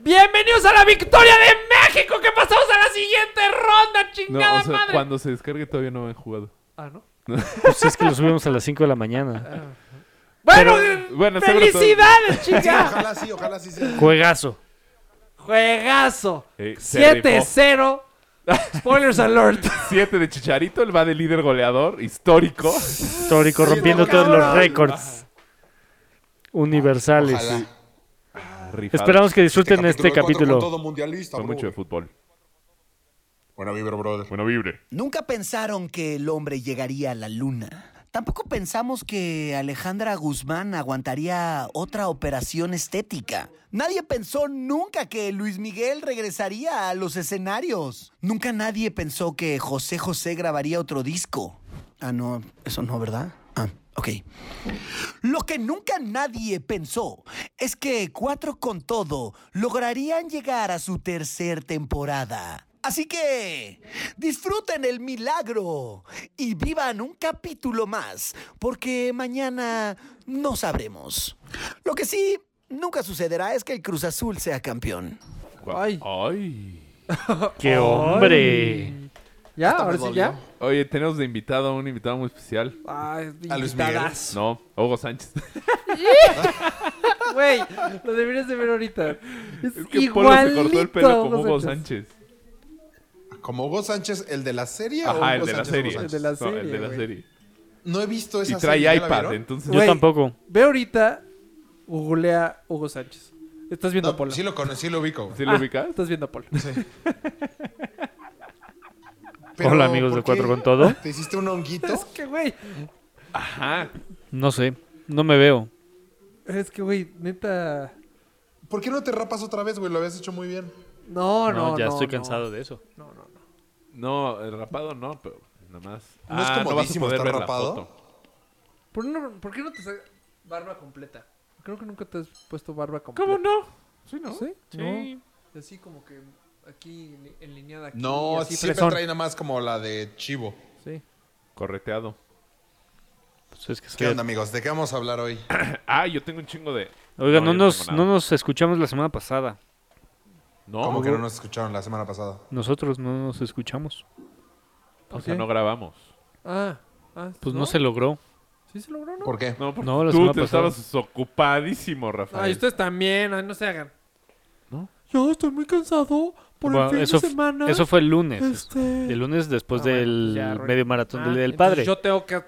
Bienvenidos a la victoria de México, que pasamos a la siguiente ronda, No, chingada o sea, madre. cuando se descargue todavía no han jugado. Ah, ¿no? Pues es que lo subimos a las 5 de la mañana. Bueno, bueno, sobre todo- felicidades, Sí, chingada. ojalá sí, ojalá sí sea. Juegazo. Juegazo. Eh, se rifó. 7-0. Spoilers alert. 7 de Chicharito, él va de líder goleador histórico. Histórico, Sí, rompiendo no, todos los cabrón. récords. Universales. Ojalá. Rifado. Esperamos que disfruten este de cuatro con capítulo. todo mundialista, Fue bro. mucho de fútbol. Buena vibra, brother. Bueno, vibre. Nunca pensaron que el hombre llegaría a la luna. Tampoco pensamos que Alejandra Guzmán aguantaría otra operación estética. Nadie pensó nunca que Luis Miguel regresaría a los escenarios. Nunca nadie pensó que José José grabaría otro disco. Ah, no, eso no, ¿verdad? Ah, ok. Lo que nunca nadie pensó es que Cuatro con Todo lograrían llegar a su tercer temporada. Así que disfruten el milagro y vivan un capítulo más, porque mañana no sabremos. Lo que sí nunca sucederá es que el Cruz Azul sea campeón. Ay. Ay. ¡Qué hombre! ¿Ya? Esta me ¿Ahora sí dolió. ya? Oye, tenemos de invitado a un invitado muy especial. Ay, ¿A Luis Miguel? invitadas. No, Hugo Sánchez. Güey, lo deberías de ver ahorita. Es, Es que Polo se igualito, cortó el pelo como Hugo Hugo Sánchez. Sánchez. Como Hugo Sánchez, el de la serie o Ajá, el Hugo de la Sánchez, serie. Hugo El de Sánchez? la No, el de serie, la güey. serie. No he visto Y esa serie. trae ¿ya la iPad, vieron? entonces. Yo Güey. tampoco. Ve ahorita, googlea Hugo Sánchez. Estás viendo a No, Polo. sí lo conocí, sí lo ubico. güey. ¿Sí lo Ah, ubicas? Estás viendo a Polo. Pero, Hola, amigos ¿por de qué Cuatro con Todo. ¿Te hiciste un honguito? Es que, güey, Ajá. No sé. No me veo. es que, güey, neta... ¿Por qué no te rapas otra vez, güey? Lo habías hecho muy bien. No, no, no. ya estoy no. cansado de eso. No, no, no. No, el rapado no, pero nada más. No ah, no es vas a comodísimo poder estar ver rapado. la foto. ¿Por, no- por qué no te sacas barba completa? Creo que nunca te has puesto barba completa. ¿Cómo no? Sí, no. ¿Sí? Sí. No. Así como que aquí en- enlineada. Aquí, No, y así siempre fresón. trae nada más como la de Chivo. Sí. Correteado. Pues es que ¿Qué soy- onda, amigos? ¿De qué vamos a hablar hoy? Ah, yo tengo un chingo de. Oiga, no, yo nos, tengo no nada. nos escuchamos la semana pasada. No, Como que no nos escucharon la semana pasada. Nosotros no nos escuchamos. o sea, Ok. no grabamos. Ah, ah, Pues no, se logró. Sí se logró, ¿no? ¿Por qué? No, porque No, la tú semana te pasada. estabas ocupadísimo, Ah, Rafael. Ay, ustedes también, ay, no se hagan. ¿No? Yo estoy muy cansado por Bueno, el fin eso, de f- semana. eso fue el lunes. Este- El lunes después Ah, bueno, del ya, Roy. medio maratón Ah, del Día del entonces Padre. Yo tengo que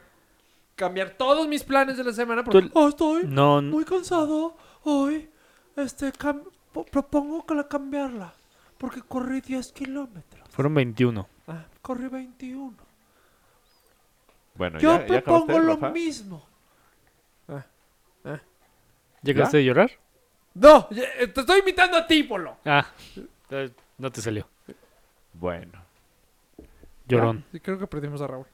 cambiar todos mis planes de la semana porque Tú- "Oh, estoy No, n- muy cansado hoy. Este cam- po- propongo que la cambiarla porque corrí 10 kilómetros. fueron 21. Ah, corrí 21. Bueno, Yo ya, ya propongo acabaste, lo Rafa? mismo. ¿Llegaste a llorar? No, ya- eh, te estoy imitando a ti, Polo. Ah, eh, no te salió. Bueno, Llorón. creo que perdimos a Raúl.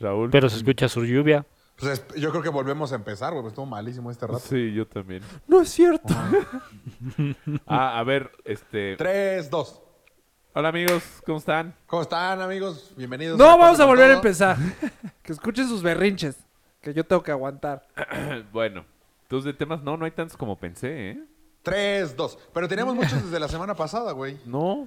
Raúl. Pero se escucha su lluvia. Pues es- yo creo que volvemos a empezar, güey. pues Estuvo malísimo este rato. Sí, yo también. No es cierto. Ah, a ver, este. Tres, dos. Hola, amigos, ¿cómo están? ¿Cómo están, amigos? Bienvenidos. No, vamos a Cuatro con volver a Todo. empezar. Que escuchen sus berrinches. Que yo tengo que aguantar. bueno, entonces de temas, no, no hay tantos como pensé, ¿eh? Tres, dos. Pero teníamos muchos desde la semana pasada, güey. No.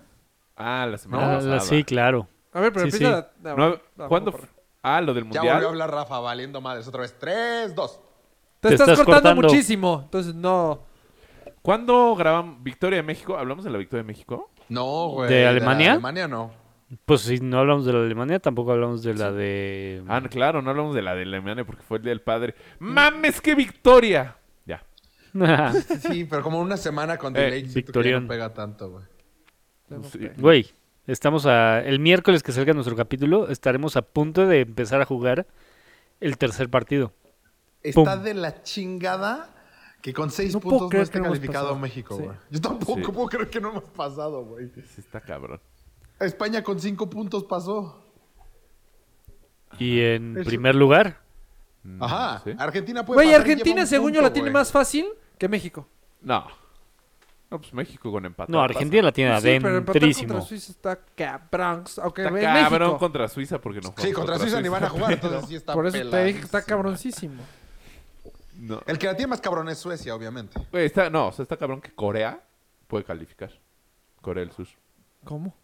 Ah, la semana Ah, la- pasada. sí, claro. A ver, pero Sí, empieza. sí. la- la- No, la- ¿Cuándo? por- fu- Ah, lo del Ya volvió a mundial. hablar Rafa, valiendo madres otra vez. Tres, dos. Te, Te estás, estás cortando, cortando. muchísimo. Entonces, no. ¿Cuándo grabamos Victoria de México? ¿Hablamos de la Victoria de México? No, güey. ¿De Alemania? De Alemania no. Pues si no hablamos de la de Alemania, tampoco hablamos de la de... Ah, no, claro, no hablamos de la de Alemania porque fue el día del padre. ¡Mames, qué victoria! Ya. Ah, Sí, pero como una semana con Eh, delay. siento que Victorian. ya no pega tanto, güey. Sí. Güey, estamos a... El miércoles que salga nuestro capítulo, estaremos a punto de empezar a jugar el tercer partido. Está Pum. de la chingada que con seis No puedo puntos no creer está que no hemos calificado pasado. México, Sí. güey. Yo tampoco Sí. puedo creer que no hemos pasado, güey. Sí, está cabrón. España con cinco puntos pasó. Y en Eso- primer lugar, Mm, Ajá. ¿sí? Argentina puede Güey, pasar y Pues, lleva Argentina, un según yo, punto, la tiene güey. más fácil que México. No. No, pues México con empate. No, Argentina la tiene Sí, pero empatar adentrísimo. contra Suiza está cabrón. Aunque Está ve cabrón México. contra Suiza porque no Sí, jugamos contra Suiza ni van a jugar, entonces sí está Por eso te dije que está peladísimo. cabroncísimo. No. El que la tiene más cabrón es Suecia, obviamente. Güey, está, no, o sea, está cabrón que Corea puede calificar. Corea del Sur. ¿Cómo?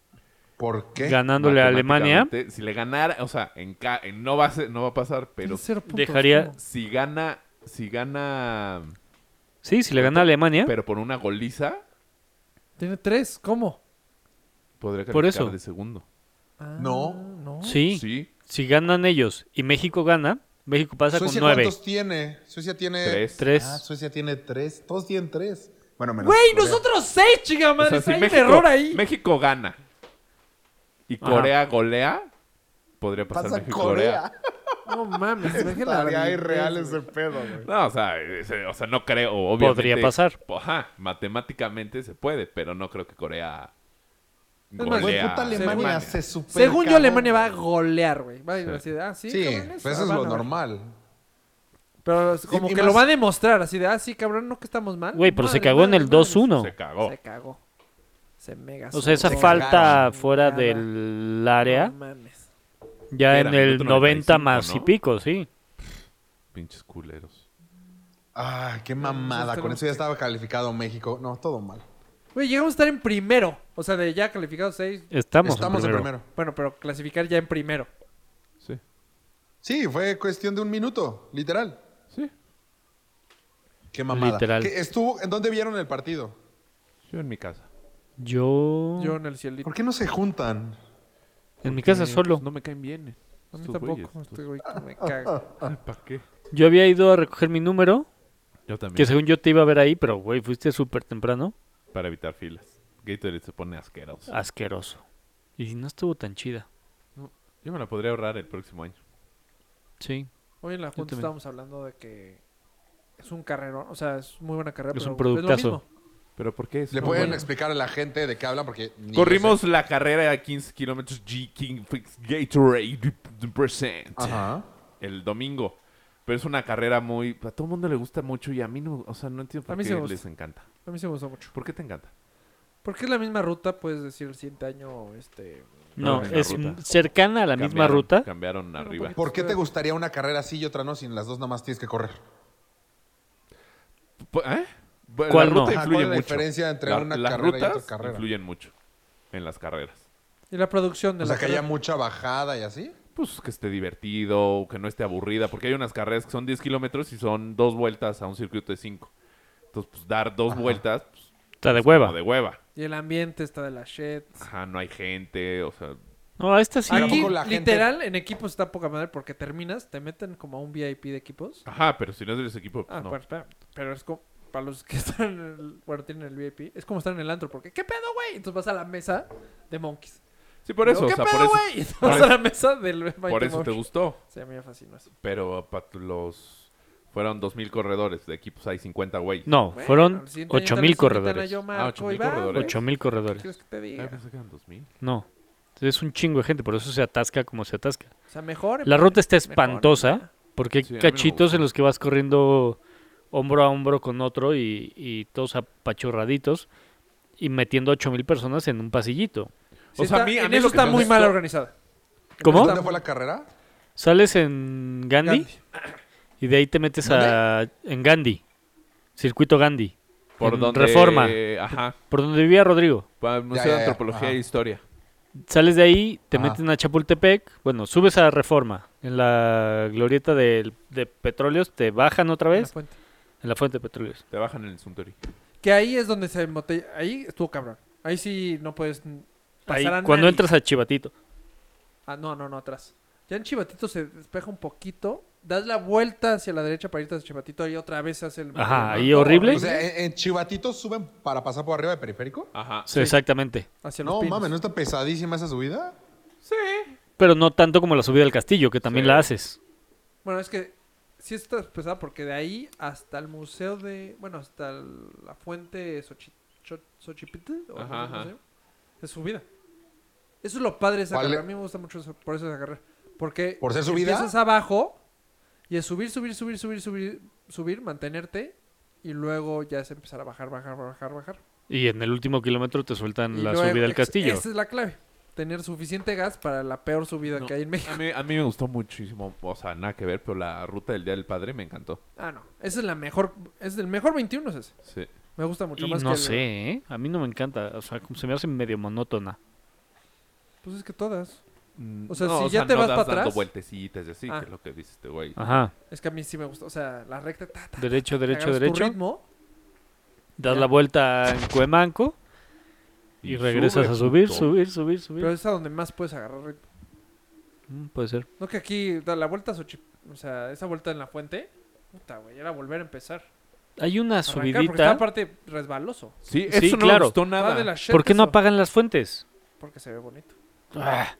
¿Por qué? ganándole a Alemania, Matemáticamente, Si le ganara, o sea, en ca- en no, va a ser- no va a pasar, pero Tiene cero puntos, dejaría- ¿cómo? si gana, si gana, sí, si le gana a Alemania, pero por una goliza, Tiene tres, ¿cómo? podría calificar Por eso. de segundo. Ah, No. No. sí, Sí, si ganan ellos y México gana, México pasa Suecia con nueve, cuántos tiene? Suecia tiene tres. tres. Ah, Suecia tiene tres. Todos tienen tres. Bueno, menos. Güey, Corea. nosotros seis, chica O madre. sea, si Hay México, un error ahí. México gana y Ajá. Corea golea, podría pasar Pasa México-Corea. Corea. Ah, No mames, imagínate la Estaría ridiculez, irreal güey. ese pedo, güey. No, o sea, ese- o sea, no creo, obviamente. Podría pasar. Ajá, matemáticamente se puede, pero no creo que Corea más, golea Güey, puta a Alemania se super Según yo, cagó, Alemania va a güey. golear, güey. Va a ir así de, ah, sí. Sí, cabrones, pues ah, eso es van lo a ver. normal. Pero es como Y- y que lo más- va a demostrar, así de, ah, sí, cabrón, no que estamos mal. Güey, pero se Madre, cagó en madre, el madre. 2-1. Se cagó. Se cagó. Se mega O sea, esa zurró. falta cagaron. fuera Cagada. del No área, mames. ya Era en el minuto 90 95, más y ¿no? pico, sí. Pinches culeros. Ay, qué mamada. Nosotros Con eso ya estaba calificado México. No, todo mal. Güey, llegamos a estar en primero. O sea, de ya calificados seis. Estamos, Estamos en en primero. primero. Bueno, pero clasificar ya en primero. Sí, Sí, fue cuestión de un minuto, literal. sí. Qué mamada. Literal. ¿Qué estuvo, ¿En dónde vieron el partido? Yo en mi casa. Yo... Yo en el cielito. ¿Por qué no se juntan? en mi casa solo. Pues no me caen bien. A mí estos tampoco. güeyes, estos- Este güey que me caga. ¿Para qué? Yo había ido a recoger mi número, Yo también. que según yo te iba a ver ahí, pero güey, fuiste súper temprano. Para evitar filas. Gatorade se pone asqueroso. Ah. Asqueroso. Y no estuvo tan chida. Yo me la podría ahorrar el próximo año. Sí. Hoy en la junta también. estábamos hablando de que es un carrerón. O sea, es muy buena carrera. Es pero un productazo. lo mismo. ¿Pero por qué es ¿Le no, pueden bueno. explicar a la gente de qué hablan? Porque ni yo Corrimos la carrera a 15 kilómetros G King Fix Gatorade Present sé. Ajá. el domingo. Pero es una carrera muy... A todo el mundo le gusta mucho y a mí no... O sea, no entiendo A por mí qué sí me gusta. les encanta. A mí se me gustó mucho. ¿Por qué te encanta? Porque es la misma ruta, puedes decir el siguiente año, este... No, No, en la es ruta. m- cercana a la misma Cambiaron- ruta. Cambiaron arriba. poquito. ¿Por qué te gustaría una carrera así y otra no? Si en las dos nada más tienes que correr. Po- ¿Eh? Bu- ¿Cuál la no? ruta Ajá, influye ¿cuál es la mucho. diferencia entre una las carrera y rutas otra carrera? influyen mucho en las carreras. Y la producción de O la sea, que haya mucha bajada y así. Pues que esté divertido, que no esté aburrida, porque hay unas carreras que son 10 kilómetros y son dos vueltas a un circuito de 5. Entonces, pues dar dos vueltas pues, Está de es como hueva. de hueva. Y el ambiente está de la shit. Ajá, no hay gente, o sea, No, esta sí. Pero ¿a Aquí, poco la gente- literal, en equipos está poca madre porque terminas, te meten como a un VIP de equipos. ajá, pero si no es de ese equipo, pues, Ah, no. bueno, espera, Pero es como... Para los que están en el... Bueno, tienen el VIP. Es como estar en el antro porque... ¿Qué pedo, güey? Entonces vas a la mesa de Monkeys. Sí, por eso, Luego, o ¿Qué sea, por pedo, eso, güey? Y te por vas eso- a la mesa del... por eso te gustó. Sí, a mí me fascinó eso. Pero para los fueron 2000 corredores, de equipos hay 50 güey. No, Bueno, fueron al siguiente año tal 8000 vez invitan a corredores. Yo, Marco, 8000 y va, Ah, corredores. güey. 8000 ¿Qué corredores. quieres que te Ah, diga? pensé que eran 2000. No. Es un chingo de gente, por eso se atasca como se atasca. O sea, mejor. La ruta está mejor. espantosa porque hay Sí, a mí no me cachitos gusta. en los que vas corriendo hombro a hombro con otro y, y todos apachurraditos y metiendo 8000 personas en un pasillito. Sí O sea, está- a mí- a en mí eso lo que está me muy gustó- mal organizada. ¿Cómo? ¿Dónde fue la carrera? Sales en Gandhi, Gandhi. y de ahí te metes a en Gandhi. Circuito Gandhi, Por En donde Reforma. Ajá. por donde vivía Rodrigo. Para el Museo ya, de ya, Antropología ajá. e Historia. Sales de ahí, te Ajá. meten a Chapultepec, bueno, subes a Reforma, en la glorieta del- de, petróleos, te bajan otra en la vez fuente. en la fuente de petróleos. Te bajan en el Suntory. Que ahí es donde se embotella. Ahí estuvo cabrón. Ahí sí no puedes n- pasar Ahí, a cuando nadie. entras a Chivatito. Ah, no, no, no, atrás. Ya en Chivatito se despeja un poquito. Das la vuelta hacia la derecha para irte a Chivatito y otra vez hace el. Ajá, el- ahí horrible. O sea, en, en Chivatitos suben para pasar por arriba de periférico. Ajá. Sí, Exactamente. Hacia los No pinos. mames, ¿no está pesadísima esa subida? Pero no tanto como la subida al castillo, que también Sí. la haces. Bueno, es que sí está pesada porque de ahí hasta el museo de. Bueno, hasta el- la fuente Xochi- Cho- Xochipitl. o Ajá, no sé cómo ajá. se llama, Es subida. Eso es lo padre de esa ¿Cuál carrera. es? A mí me gusta mucho eso- por eso esa carrera. Porque ¿Por ser subida? empiezas abajo y es subir, subir, subir, subir, subir, subir, mantenerte. Y luego ya es empezar a bajar, bajar, bajar, bajar. Y en el último kilómetro te sueltan Y Mm, la luego- subida al ex- castillo. Esa es la clave. Tener suficiente gas para la peor subida No, que hay en México. A mí, a mí me gustó muchísimo, o sea, nada que ver, pero la ruta del Día del Padre me encantó. Ah, no. Esa es la mejor. Es el mejor 21, es ese. Sí. Me gusta mucho Y más no que el- sé, ¿eh? a mí no me encanta. O sea, como se me hace medio monótona. Pues es que todas. Mm, O sea, si ya te no vas das pa' dando atrás. vueltecitas y así, Ah. que es lo que dice este güey. Ajá. Es que a mí sí me gusta. O sea, la recta. ta, ta, Derecho, derecho, agarras tu derecho. ritmo. Das Ya. la vuelta en Cuemanco y, regresas a sube, subir, puto. subir, subir, subir. Pero es a donde más puedes agarrar ritmo. Mm, puede ser. No que aquí, da la vuelta a Xochip- O sea, esa vuelta en la fuente. Puta, güey. Era volver a empezar. Hay una Arrancar, porque subidita. está aparte resbaloso. Sí, Sí, eso no claro. me gustó Está nada. de la shit ¿Por qué no eso, apagan las fuentes? Porque se ve bonito. Ah,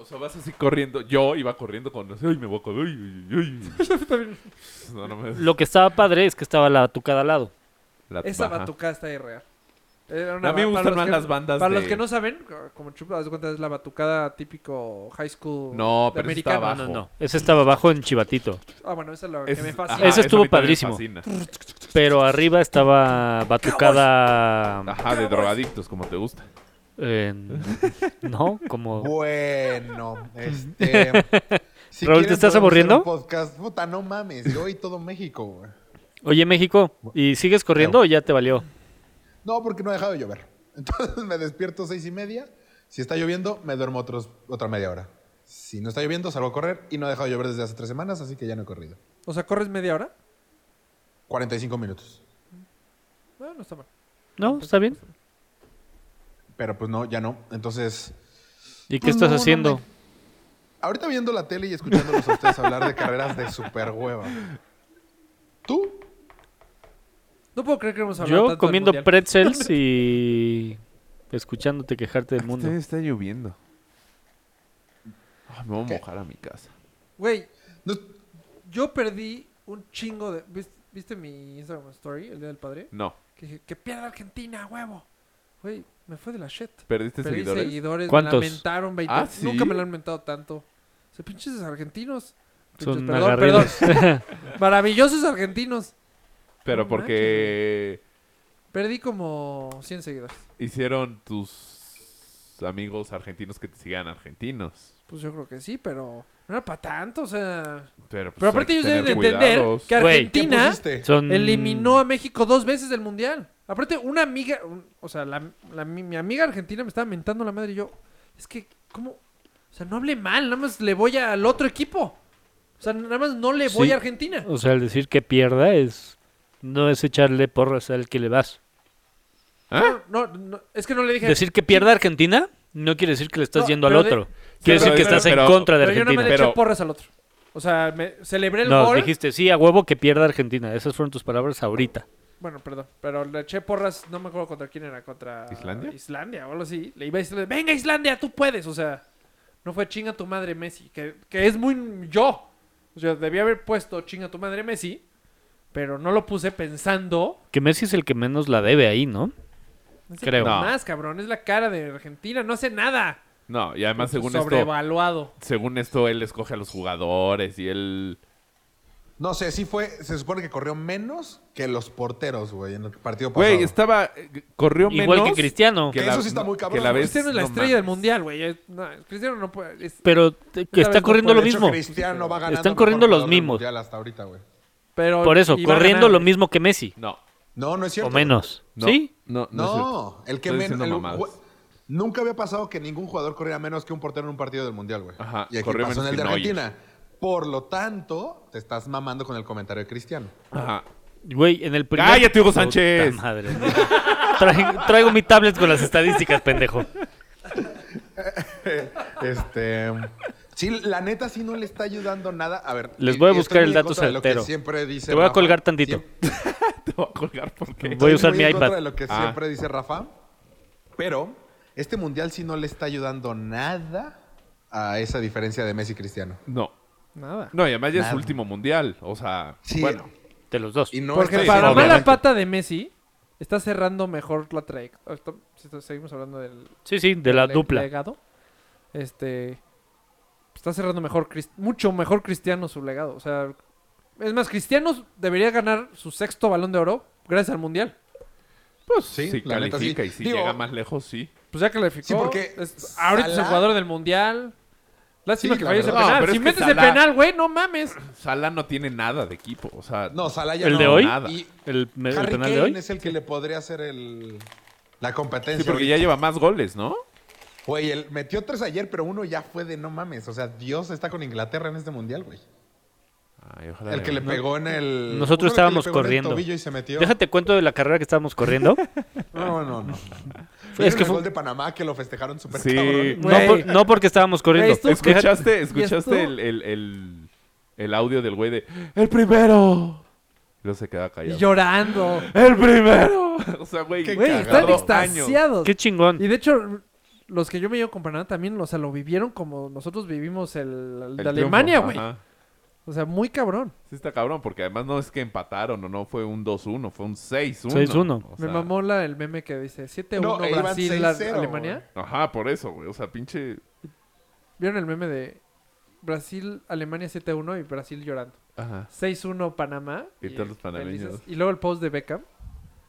O sea, vas así corriendo. Yo iba corriendo con... Ay, me voy a caer, ay, ay, ay". No, no me- Lo que estaba padre es que estaba la tucada al lado. la- Esa ajá. batucada está irreal. A mí me gustan más las bandas Para los de- que no saben, como chupa, haz de cuenta, es la batucada típico high school. No, de pero esa está americano. abajo. No, no. Ese estaba abajo en Chivatito. Ah, bueno, esa es la Esa que me es- fascina. ajá, esa Ese estuvo a mí también me padrísimo. fascina. Pero arriba estaba batucada. Ajá, de drogadictos, como te gusta. en- no, como. Bueno, este. si Raúl, ¿te quieren estás podemos hacer un aburriendo? Podcast, puta, no mames. Yo y todo México, güey. Oye, México, ¿y sigues corriendo o ya te valió? No, porque no ha dejado de llover. Entonces me despierto seis y media. Si está lloviendo, me duermo otros, otra media hora. Si no está lloviendo, salgo a correr y no ha dejado de llover desde hace tres semanas, así que ya no he corrido. O sea, corres media hora. 45 minutos. No, no está mal. No, está bien. Pero pues no, ya no. Entonces, ¿Y qué Pues estás no, no haciendo? me- ahorita viendo la tele y escuchándolos a ustedes hablar de carreras de super hueva. ¿Tú? No puedo creer que hemos hablado tanto Yo del comiendo mundial. pretzels y escuchándote quejarte del mundo. Este está lloviendo. Ay, me voy a mojar a mi casa. Güey, No, yo perdí un chingo de... ¿Viste, viste mi Instagram story el Día del Padre? No, Que dije, que pierda Argentina, huevo. Güey, me fue de la shit. ¿perdiste Perdí seguidores? seguidores, ¿Cuántos? me lamentaron 20. ¿Ah, sí? Nunca me lo han lamentado tanto. O sea, pinches argentinos. Pinches, Son perdón, perdón. agarridos. Maravillosos argentinos. Pero No porque Perdí como 100 seguidores. hicieron tus amigos argentinos que te sigan argentinos. Pues yo creo que sí, pero no era para tanto, o sea... Pero, pues, Pero hay aparte que ellos deben de tener entender cuidados. que Güey. ¿Qué Argentina... pusiste? Son- Eliminó a México dos veces del mundial. Aparte, una amiga, un- o sea, la, la- mi, mi amiga argentina me estaba mentando la madre y yo, es que, ¿cómo? O sea, no hable mal, nada más le voy al otro equipo. O sea, nada más no le voy Sí. a Argentina. O sea, el decir que pierda es no es echarle porras al que le vas. ¿Ah? No, no, es que no le dije. Decir que pierda Argentina no quiere decir que le estás No, yendo al pero de- otro. Quiere pero- decir que pero- estás en pero- contra de pero yo no me Argentina. le eché Pero- porras al otro. O sea, me celebré el No, gol. dijiste sí a huevo que pierda Argentina. Esas fueron tus palabras ahorita. Bueno, perdón, pero le eché porras, no me acuerdo contra quién era, contra ¿Islandia? Islandia o algo así. Le iba a decirle, venga Islandia, tú puedes. O sea, no fue chinga tu madre Messi, que, que es muy yo. O sea, debía haber puesto chinga tu madre Messi, pero no lo puse pensando. Que Messi es el que menos la debe ahí, ¿no? No sé Creo. qué No. Más, cabrón, es la cara de Argentina, no hace nada. No, y además Ah, según esto, Sobrevaluado. según esto él escoge a los jugadores y él No sé, sí fue. Se supone que corrió menos que los porteros, güey, en el partido pasado. Güey, estaba eh, corrió Igual que menos Cristiano. Que eso sí está muy cabrón. que la vez- Cristiano es la no estrella del mames. mundial, güey. Es- no, Cristiano no puede. es- Pero te- que vez está no corriendo puede, lo De hecho, mismo. Cristiano va ganando Están mejor corriendo los jugador del mismos. Mundial hasta ahorita, güey. pero Por eso, y va a corriendo ganar, lo güey. mismo que Messi. No, No, no es O cierto. menos. no, ¿Sí? No, no, es cierto. No, el que Estoy menos. diciendo el- mamadas. jue- Nunca había pasado que ningún jugador corriera menos que un portero en un partido del Mundial, güey. Ajá, Y aquí corrió pasó en menos el de que Neuer. Argentina. Por lo tanto, te estás mamando con el comentario de Cristiano. Ajá. Güey, en el primer... ¡Cállate, Hugo Puta Sánchez! madre. Traigo, traigo mi tablet con las estadísticas, pendejo. Este. Sí, la neta sí no le está ayudando nada. A ver. Les y- voy a y estoy buscar el muy en dato contra de lo que certero. siempre dice Te voy a Rafa. colgar tantito. Siempre- Te voy a colgar porque Voy a Estoy usar mi muy en contra iPad. de lo que Ah. siempre dice Rafa. Pero este mundial sí no le está ayudando nada a esa diferencia de Messi y Cristiano. no. Nada. No, y además ya es Nada. su último mundial, o sea, Sí. bueno, De los dos. Y no Porque está para diciendo- mala Obviamente. pata de Messi, está cerrando mejor la trayectoria. Seguimos hablando del Sí, sí, de la le- dupla. legado. Este está cerrando mejor, Crist- mucho mejor Cristiano su legado. O sea, es más, Cristiano debería ganar su sexto balón de oro gracias al mundial. pues Sí, sí, si la neta, sí. califica y si Digo- llega más lejos, sí. Pues ya calificó. Sí, porque es- ahorita es el Salah- jugador del mundial. Lástima Sí, que la falle ese verdad. No, penal. pero si es que metes Salah- el penal, güey, no mames. Salah no tiene nada de equipo. O sea, No, Salah ya ¿El no, de hoy? nada. Y ¿El, me- el Harry penal Kane de hoy? es el que le podría hacer el, la competencia. sí, porque ya ahorita. lleva más goles, ¿no? Güey, él metió tres ayer, pero uno ya fue de no mames. O sea, Dios está con Inglaterra en este mundial, güey. Ay, ojalá El que le pegó en el. Nosotros uno que le estábamos pegó en el corriendo. tobillo y se metió. Déjate cuento de la carrera que estábamos corriendo. No, no, no. Es es que que el fue- gol de Panamá que lo festejaron súper Sí. cabrón. no, Güey. por- no porque estábamos corriendo. Güey, esto- Es que- ¿Escuchaste, ¿Y escuchaste esto? el, el, el, el audio del güey de ¡El primero! No se queda Y callado. llorando. ¡El primero! O sea, güey, Qué Güey, están cagado. extasiados. Qué chingón. Y de hecho, los que yo me llevo con Panamá también, o sea, lo vivieron como nosotros vivimos el, el El de triunfo, Alemania, güey. ajá. O sea, muy cabrón. Sí está cabrón, porque además no es que empataron o no fue un 2-1, fue un 6-1. 6-1. O me sea, mamó la, el meme que dice 7-1 No, e iban Brasil, la- 6-0, Alemania. Ajá, por eso, güey. O sea, pinche... ¿Vieron el meme de Brasil, Alemania 7-1 y Brasil llorando? Ajá. 6-1 Panamá. Y todos los panameños. felices. Y luego el post de Beckham,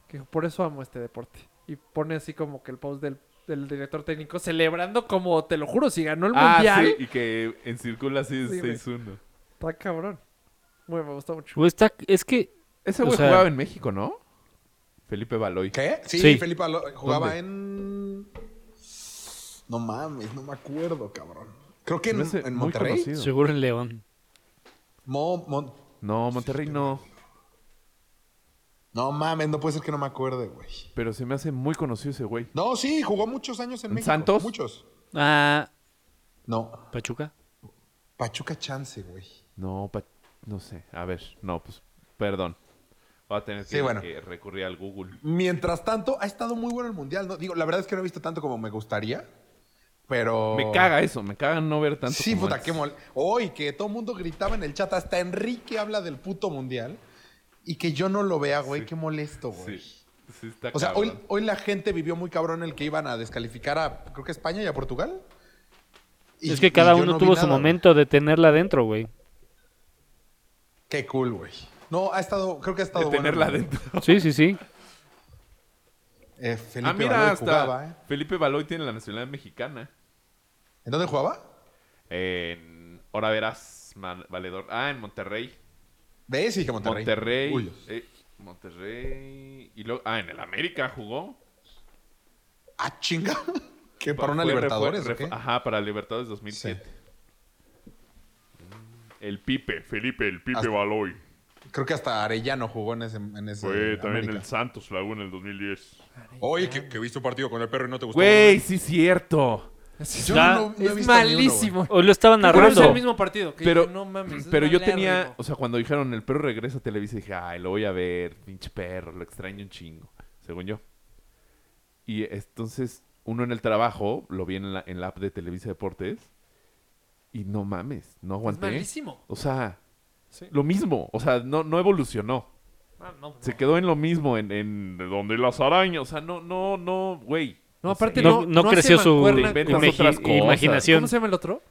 que dijo, por eso amo este deporte. Y pone así como que el post del, del director técnico celebrando como, te lo juro, si ganó el Ah, mundial. sí, y que en circula así es Sí, güey. 6-1. Está cabrón. Muy, me gustó mucho. Güey, está- es que Ese O güey sea- jugaba en México, ¿no? Felipe Baloy. ¿Qué? Sí, Sí. Felipe Alo- jugaba ¿Dónde? en. No mames, no me acuerdo, cabrón. Creo que en, Me hace en muy Monterrey. conocido. seguro en León. Mo- Mon- No, Monterrey no. No mames, no puede ser que no me acuerde, güey. Pero se me hace muy conocido ese güey. No, sí, jugó muchos años en ¿En México. Santos? Muchos. Ah, No, Pachuca. Pachuca Chance, güey. No, pa- no sé. A ver, no, pues, perdón. Voy a tener que, Sí, bueno. que recurrir al Google. Mientras tanto, ha estado muy bueno el mundial. ¿no? Digo, la verdad es que no he visto tanto como me gustaría. Pero. Me caga eso, me caga no ver tanto. Oh. Sí, como puta, antes. qué mol... Hoy que todo el mundo gritaba en el chat, hasta Enrique habla del puto mundial y que yo no lo vea, güey, Sí. qué molesto, güey. Sí, sí está O sea, cabrón. hoy, hoy la gente vivió muy cabrón el que iban a descalificar a, creo que a España y a Portugal. Y- es que cada y yo uno no vi tuvo nada, su güey. momento de tenerla adentro, güey. Qué cool, güey. No, ha estado, creo que ha de estado bueno. tenerla adentro. Sí, sí, sí. Eh, Felipe ah, mira, Baloy hasta jugaba, ¿eh? Felipe Baloy tiene la nacionalidad mexicana. ¿En dónde jugaba? En... Ahora verás, man- valedor. Ah, en Monterrey. ¿Ves? Sí, que Monterrey. Monterrey. Uy. eh, Monterrey. Y luego... Ah, en el América jugó. Ah, chinga. Que para una Fue- fue- Libertadores, fue- ¿o ah. qué? Ajá, para Libertadores 2007. El Pipe, Felipe, el Pipe Hasta- Baloy. Creo que hasta Arellano jugó en ese. En ese Fue también América. el Santos Laguna en el 2010. Oye, que, que viste un partido con el perro y no te gustó. Güey, sí cierto. Yo Ya, no, no he es visto ni uno, malísimo. Hoy lo estaban Creo que es el narrando. mismo partido. que Pero, dije, no mames, Pues es pero yo malérrimo". tenía, o sea, cuando dijeron el perro regresa a Televisa, dije, ay, lo voy a ver, pinche perro, lo extraño un chingo, según yo. Y entonces, uno en el trabajo, lo vi en la, en la app de Televisa Deportes, y no mames, no Es aguanté. malísimo. O sea, Sí. lo mismo, o sea, no, no evolucionó. Ah, no, no. Se quedó en lo mismo, en, en donde las arañas, o sea, no, no, no, güey. No, aparte No, no, no hace creció su mancuerna Inventas con- imagi- otras cosas. ¿Cómo imaginación. se llama el otro?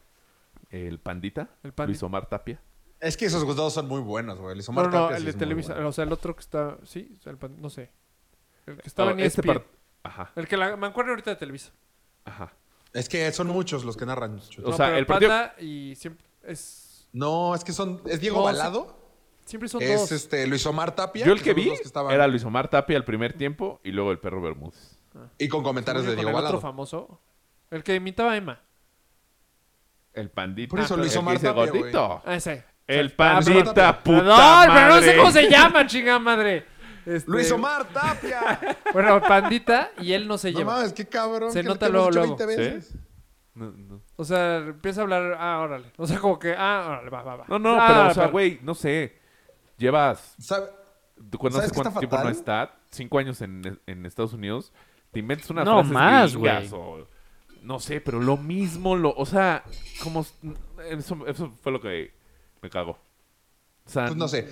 El pandita, El Pandita. Luis Omar Tapia. Es que esos dos son muy buenos, güey. Luis No, Omar no, no, Tapia el sí de es muy Televisa. bueno. O sea, el otro que está. Sí, el pan- no sé. El que estaba Oh, en E este ESPN. par- Ajá, El que la mancuerna ahorita de Televisa. ajá. Es que son muchos los que narran. O O sea, sea, el, el partido- Panda y siempre es No, es que son. Es Diego No, Balado, siempre son es dos. este Luis Omar Tapia. Yo el que son los vi dos estaban- era Luis Omar Tapia el primer tiempo y luego el perro Bermúdez. Y con comentarios Según de yo, con Diego el otro Balado. famoso. El que imitaba a Emma. El pandita. Por eso Luis el que Omar dice Tapia, güey. gordito. Ah, ese. El Luis Omar pandita, Tapia. puta Perdón, pero no madre. sé cómo se llama, chingada madre. Este, Luis Omar Tapia. Bueno, Pandita y él no se no lleva. mames, qué cabrón. Se que nota luego, lo hemos hecho luego. 20 veces. ¿Sí? No, no. O sea, empieza a hablar, ah, órale. O sea, como que, ah, órale, va, va, va. No, no, Ah, pero, o sea, va. güey, no sé. Llevas, ¿Sabe? cuando ¿Sabes hace qué está cuánto tiempo no fatal? está, cinco años en, en Estados Unidos, te inventas una No frase más, No sé, pero lo mismo, lo, o sea, como... Eso, eso fue lo que me cagó. O sea, Pues no sé.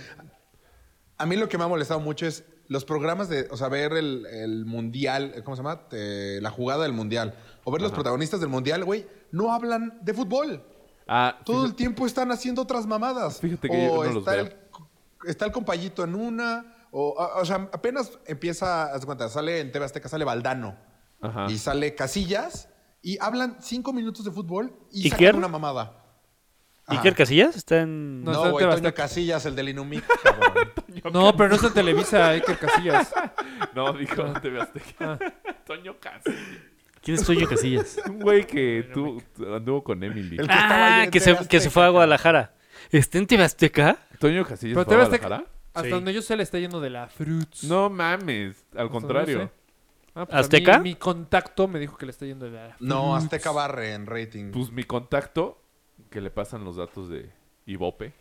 A mí lo que me ha molestado mucho es los programas de, o sea, ver el, el mundial, ¿cómo se llama? Eh, la jugada del mundial. O ver los protagonistas del mundial, güey, no hablan de fútbol. Ah, Todo fíjate- el tiempo están haciendo otras mamadas. Fíjate que yo o no los está, veo. el, está el compayito en una. O, a- o sea, apenas empieza, haz de cuenta, sale en TV Azteca, sale Valdano. Ajá. Y sale Casillas. Y hablan cinco minutos de fútbol y ¿Y sacan quién? una mamada. Ajá. ¿Iker Casillas está en...? No, No, está en güey, Toño Tebasteca. Casillas, el del Inumic. cabrón. No, pero no está en Televisa, Iker Casillas. No, dijo no te Azteca. Toño Casi. ¿Quién es Toño Casillas? Un güey que tú anduvo con Emily. El que estaba ah, allá que en se, TV que se fue a Azteca. Guadalajara. ¿Está en TV Azteca? Toño Casillas Pero fue a TV Azteca, Guadalajara. hasta Sí. donde yo sé le está yendo de la pues, Fruits. No mames, al Hasta contrario. donde yo sé. Ah, pues a mí ¿Azteca? Mi contacto me dijo que le está yendo de la No, Azteca barre en rating. Pues mi contacto, que le pasan los datos de Ibope.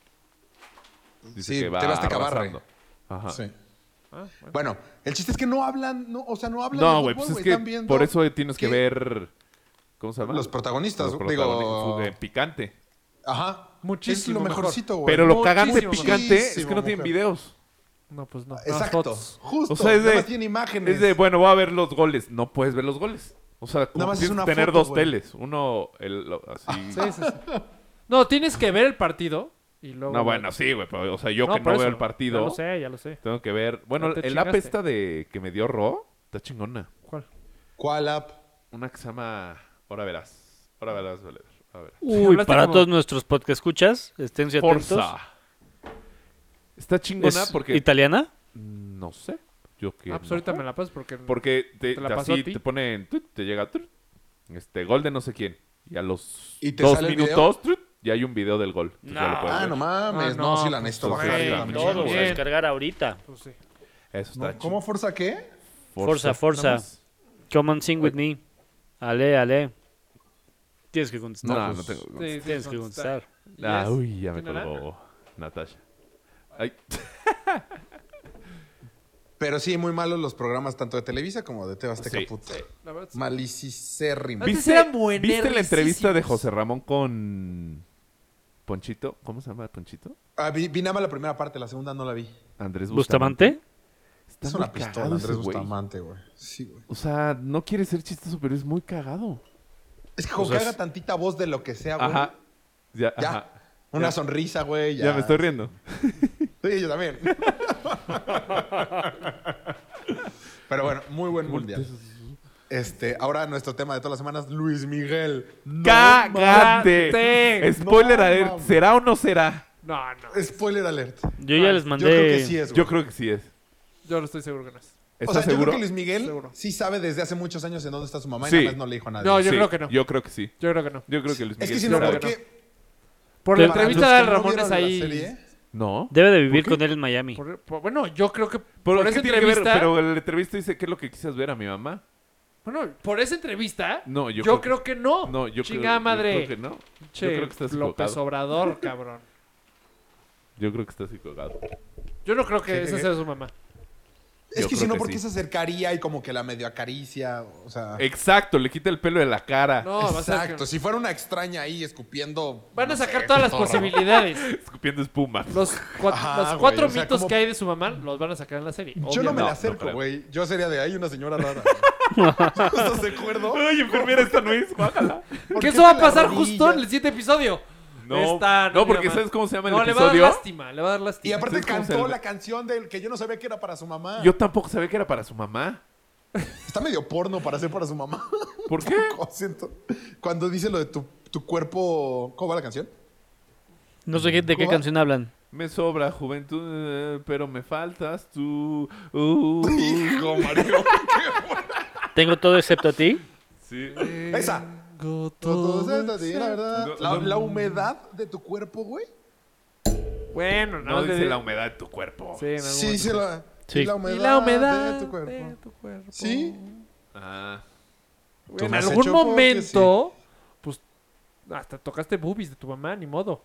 Dice Sí, que va TV Azteca barre. arrasando. Ajá. Sí. Ah, Bueno, el chiste es que no hablan, no, o sea, no hablan. de No, güey, fútbol, pues es Están que viendo por eso tienes que ¿Qué? ver. ¿Cómo se llama? Los protagonistas, Los digo- protagonistas, eh, Picante. Ajá. Muchísimo Es lo mejor. mejorcito, güey. Pero lo Muchísimo cagante mejor. picante es que no Pues Muchísimo tienen mejor. videos. No, pues no. Nada más Exacto. fotos. Justo. O sea, es Pues nada de- más tiene imágenes. Es de, bueno, voy a ver los goles. No puedes ver los goles. O sea, como más es tienes que una tener foto, dos güey. Ah, teles. Uno, el, lo- así. Sí, sí, sí. No, tienes que ver el partido y luego. No, bueno, sí, güey. pero, O sea, yo No, que por no eso. veo el partido, Ya lo sé, ya lo sé. tengo que ver. Bueno, Ya te el app chingaste. esta de que me dio Ro está chingona. ¿Cuál? ¿Cuál app? Una que se llama. Ahora verás. Ahora verás, Valer. Ahora verás. Uy, hablaste para como- todos nuestros podcast escuchas, esténse atentos. Forza. Está chingona ¿Es porque. italiana? No sé. Yo que. Ah, pues no ahorita juego. me la pasas porque. Porque te, ¿Te la te- pasó así a ti? te ponen, tut, te llega tut, este gol de no sé quién. Y a los ¿Y te dos sale el minutos tut, ya hay un video del gol. Entonces ya lo No. puedes Ah, ver. no mames. Ah, no, no, sí la pues, necesito güey, bajar. la no, chingada. Todo, güey. a descargar ahorita. Pues sí. Eso está No, ¿Cómo Forza qué? chido. Forza, Forza. Nada más. Come and sing with me. Ale, ale. Tienes que No, contestar. no, pues, tengo. Sí, sí, Tienes que contestar. contestar. Ah, Yes. uy, ya me ¿Quién era? colgó Natasha. Ay, Pero sí, muy malos los programas tanto de Televisa como de TV Azteca, Sí, puta. La verdad, sí. Malicicérrimo. Antes ¿viste, eran buenerrísimos. ¿Viste la entrevista de José Ramón con Ponchito? ¿Cómo se llama Ponchito? Ah, vi, vi nada más la primera parte, la segunda no la vi. Andrés Bustamante. ¿Bustamante? Está Es muy una pistola, cagado ese Andrés güey. Bustamante, güey. Sí, güey. O sea, no quiere ser chistoso, pero es muy cagado. Es que O como sea, que haga es- tantita voz de lo que sea, güey. Ajá. Ya, Ah, Ya. ajá. Una Ya. sonrisa, güey. Ya. ya me estoy riendo. Sí, yo también. Pero bueno, muy buen mundial. Este, ahora nuestro tema de todas las semanas, Luis Miguel. ¡Cagante! mames. Spoiler No alert, mames. ¿será o no será? No, no. Spoiler alert. Yo ya les Yo creo que mandé. sí es, güey. Yo creo que sí es. Yo no estoy seguro que no es. o ¿Estás sea, yo seguro? creo que Luis Miguel Seguro. sí sabe desde hace muchos años en dónde está su mamá Sí. y nada más no le dijo a nadie. No, yo Sí, creo que no. Yo... Yo creo que sí. creo que no. Yo creo que Luis es Miguel que si sí no, sabe. creo que Por porque la Para entrevista los que de no Ramones vieron la ahí. serie, No. Debe de vivir con él en Miami. por- por- bueno, yo creo que Pero, por es esa que tiene que ver, entrevista. pero el entrevista dice que es lo que quisas ver a mi mamá. Bueno, por esa entrevista. No, yo yo creo creo que no. No, yo Chingada creo, madre. Yo creo que no. Che, creo que estás López equivocado. Obrador, cabrón. Yo creo que estás equivocado. Yo no creo que esa sea su mamá. Es Yo que si creo no, que porque sí. se acercaría y como que la medio acaricia, o sea... Exacto, le quita el pelo de la cara. Eh, No, va a ser que- Exacto, si fuera una extraña ahí escupiendo... Van a no sacar sé, todas las cotorra. posibilidades. Escupiendo espuma. Los, cua- Ajá, los güey, cuatro o sea, mitos como- que hay de su mamá los van a sacar en la serie. Yo no me No, no la acerco, creo. güey. Yo sería de ahí una señora rara. ¿Estás de acuerdo? Ay, enfermera está Luis, guácala. ¿Por Que qué eso va a te la pasar rodillas? justo en el siguiente episodio. No, Esta, no, mi porque mamá. ¿sabes cómo se llama el No, le va a dar episodio? lástima, le va a dar lástima. Y aparte Entonces, ¿cómo se cantó le- la canción del que yo no sabía que era para su mamá. Yo tampoco sabía que era para su mamá. Está medio porno para ser para su mamá. ¿Por qué? Siento. Cuando dice lo de tu, tu cuerpo... ¿Cómo va la canción? No sé qué- de qué ¿Cómo va? canción hablan. Me sobra juventud, eh, pero me faltas tú. Uh, Hijo, Mario. Tengo todo excepto a ti. sí. Esa. Tengo Eh, todo Mm. Entonces, sí, la verdad, No, la, no. la humedad de tu cuerpo, güey. Bueno, nada No, más dice le- la humedad de tu cuerpo. Sí, en algún Sí, momento. sí, la, Sí. y la Y humedad, la humedad de tu cuerpo. de tu cuerpo. Sí. Ah, Tú en me has algún hecho porque momento, pues, hasta tocaste boobies de tu mamá, ni modo.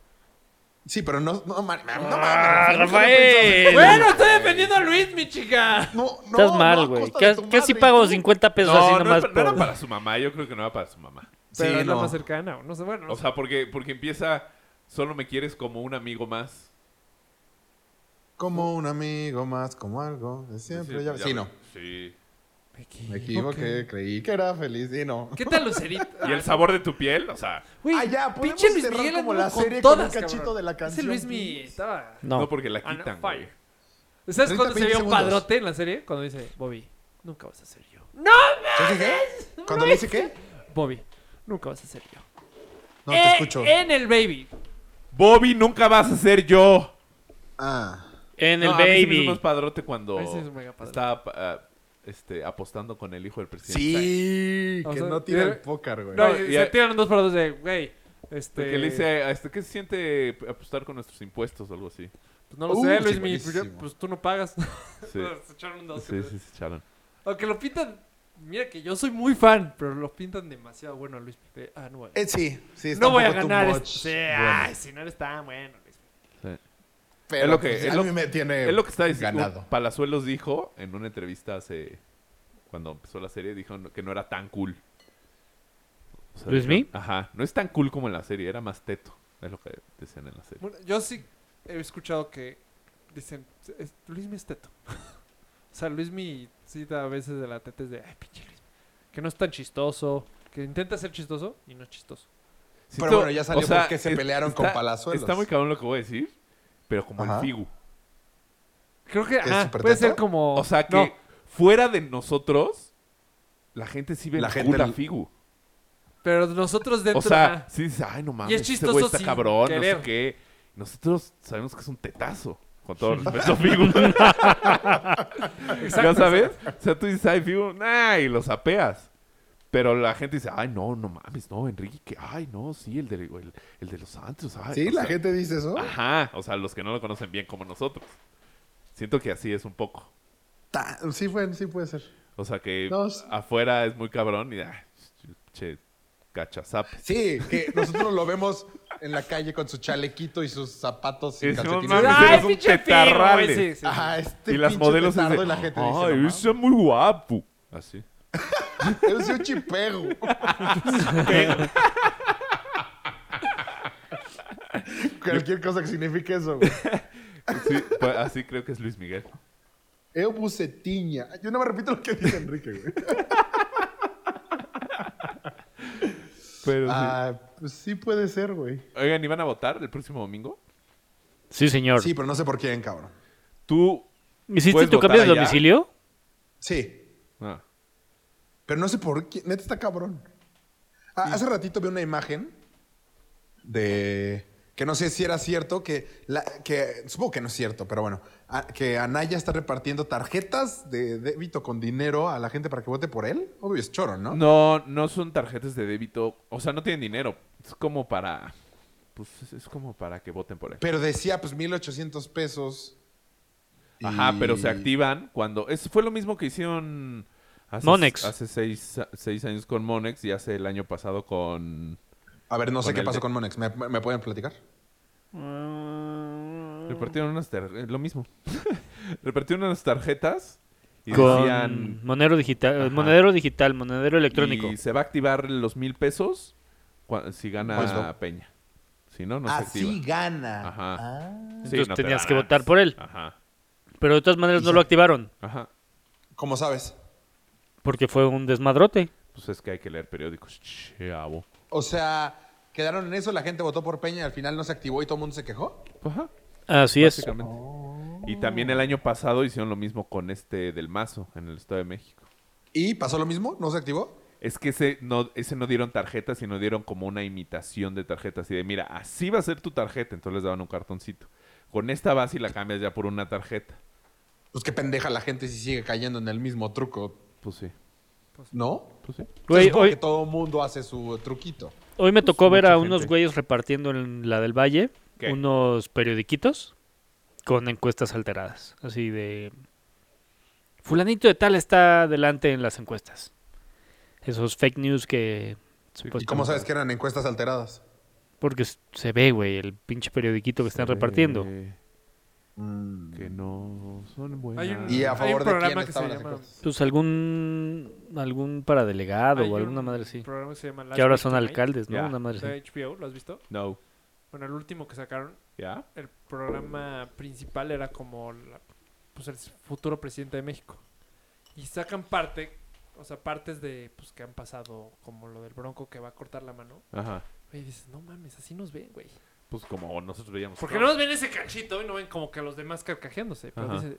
Sí, pero no, no, ma- ma- no Ah, mames. Rafael. Bueno, estoy defendiendo a Luis, mi chica. No, no, Estás no, mal, a güey. costa de Ca- tu Casi madre. pago 50 pesos No, así no, nomás era- no era por- para su mamá. Yo creo que no era para su mamá. Pero Sí, es la no. más cercana, o no sé, bueno. no O sé. sea, porque, porque empieza. Solo me quieres como un amigo más. Como un amigo más, como algo de siempre. ya- Sí, no. Sí. Me equivoqué, creí que era feliz. Sí, no. ¿Qué tal Lucerito? Y el sabor de tu piel, o sea. Güey, Ah, ya, podemos pinche Luis cerrar Miguel como anduvo la con serie con un todas, cachito cabrón. de la Ese canción, Luis Miguel please. estaba... No, No. porque la on quitan. fire. ¿Sabes güey. 30, cuándo se vio 20 un segundos. padrote en la serie? Cuando dice, Bobby, nunca vas a ser yo. ¿Sí, sí, qué? ¿Cuando le dice qué? Bobby, nunca vas a ser yo. No Eh, te escucho. En el baby. Bobby, nunca vas a ser yo. Ah. En el No, a mí sí me hizo baby. más padrote cuando Ahí sí es mega padre. estaba ah, este, apostando con el hijo del presidente. Sí, O que sea, no tira era- el póker, güey. No, No, y y se a- tiran dos para dos de, güey, este... Porque le dice, a- este, ¿qué se siente apostar con nuestros impuestos o algo así? Pues no lo Uh, sé, sí, Luis, mi, pues, yo- buenísimo. pues tú no pagas. Sí, se echaron un dos. sí, sí, sí, echaron. Aunque lo pintan... Mira que yo soy muy fan, pero lo pintan demasiado bueno a Luis. Miguel. Ah, no, voy a- Eh, sí, sí, está no un voy a poco too ganar. much. este- sí, Bueno, ay, si no eres tan bueno, Luis. pero es lo que- pues, es a lo- mí me tiene Es lo que está diciendo. ganado. Palazuelos dijo en una entrevista hace. Cuando empezó la serie, dijo no- que no era tan cool. O sea, ¿Luismi? dijo, Ajá. No es tan cool como en la serie, era más teto. Es lo que decían en la serie. Bueno, yo sí he escuchado que dicen, "Es- Luismi es teto. o sea, Luismi sí da a veces de la teta es de, ay, pinche Luismi. Que no es tan chistoso, que intenta ser chistoso y no es chistoso. Pero bueno, ya salió porque se pelearon con Palazuelos. Está muy cabrón lo que voy a decir, pero como Ajá. el Figu. Creo que, ¿Es ah, súper puede teto? ser como... O sea que no, fuera de nosotros, la gente sí ve La la gente cool a l- Figu. pero nosotros dentro... O sea, ajá. sí dices, ay, no mames, Y es ese chistoso güey está sin cabrón, no querer. sé qué. Nosotros sabemos que es un tetazo. Con todo respeto, Figu. Exacto, ¿Ya sabes? O sea, tú dices, ay, Figu, nah, y lo sapeas. Pero la gente dice, ay, no, no mames, no, Enrique, que, ay, no, sí, el de, el, el de los Santos, ay. Sí, o la sea, Ah. gente dice eso. Ajá, o sea, los que no lo conocen bien como nosotros. Siento que así es un poco. Ta- Sí, fue, sí puede ser. O sea, que No, s- afuera es muy cabrón y, ah, che, cachazap. Sí, que nosotros lo vemos en la calle con su chalequito y sus zapatos y Es como, calcetines. mames, Ay, eres un pinche Figu, güey, tetarrales. sí, sí. Ajá, este y las pinche modelos es petardo de, y la gente ay, dice, "No ese es muy guapo. Así. mames, eres un chipego. Cualquier cosa que signifique eso, güey. Sí, pues, así creo que es Luis Miguel. Eu bucetiña. Yo no me repito lo que dice Enrique, güey. Pero sí. Ah, pues sí puede ser, güey. Oigan, ¿y van a votar el próximo domingo? Sí, señor. Sí, pero no sé por quién, cabrón. Tú. ¿Hiciste puedes tu votar cambio de allá. domicilio? Sí, Ah, Pero no sé por qué. Neta está cabrón. Ah, Hace ratito vi una imagen de. Que no sé si era cierto, que, la- que supongo que no es cierto, pero bueno, a- que Anaya está repartiendo tarjetas de débito con dinero a la gente para que vote por él. Obvio, es choro, ¿no? No, no son tarjetas de débito. O sea, no tienen dinero. Es como para. Pues es- es como para que voten por él. Pero decía, pues, 1,800 pesos. y- Ajá, pero se activan cuando. Es, fue lo mismo que hicieron. Hace, Monex. Hace seis, seis años con Monex y hace el año pasado con. A ver, no sé Con qué el pasó de- con Monex. ¿Me, me- me pueden platicar? Mm. Repartieron unas tarjetas. Lo mismo. Repartieron unas tarjetas y Con decían. monero digital, Ajá. monedero digital, monedero electrónico. Y se va a activar los mil pesos cua- si gana Pues no. Ah, Peña. Si no, no se activa. gana. Ajá. Ah. Sí, Entonces no te tenías dan que ganas. votar por él. Ajá. Pero de todas maneras no lo activaron Ajá. ¿Cómo sabes? porque fue un desmadrote. Pues es que hay que leer periódicos. Chavo. O sea, quedaron en eso, la gente votó por Peña y al final no se activó y todo el mundo se quejó. Ajá. Así es. básicamente. Y también Oh. el año pasado hicieron lo mismo con este del Mazo en el Estado de México. ¿Y pasó lo mismo? ¿No se activó? Es que ese no, ese no dieron tarjetas, sino dieron como una imitación de tarjetas. Y de, mira, así va a ser tu tarjeta. Entonces les daban un cartoncito. Con esta vas y la cambias ya por una tarjeta. Pues qué pendeja la gente si sigue cayendo en el mismo truco, Pues sí, ¿no? pues sí. Güey, Yo supongo hoy- que todo mundo hace su truquito. Hoy me tocó ver pues, mucha a unos gente. güeyes repartiendo en la del Valle ¿Qué? unos periodiquitos con encuestas alteradas. Así de. Fulanito de tal está adelante en las encuestas. Esos fake news que. pues, ¿Y cómo supuestamente- sabes que eran encuestas alteradas? Porque s- se ve, güey, el pinche periodiquito que están repartiendo. Eh, que no son buenas. Hay un- ¿Y Hay a un favor de programa quién que se estaban las llama- encuestas? Pues algún. algún paradelegado Hay o alguna un madre así. programa que se llama Last Que ahora Week son Tonight, alcaldes, ¿no? Ya. Una madre así. De HBO, ¿lo has visto? No. Bueno, el último que sacaron, ¿Ya? el programa principal era como la- pues el futuro presidente de México. Y sacan parte, o sea, partes de pues que han pasado, como lo del bronco que va a cortar la mano. Ajá. Y dices, no mames, así nos ven, güey. Pues como nosotros veíamos. Porque no nos ven ese cachito y no ven como que a los demás carcajeándose. Pero Ajá. dices,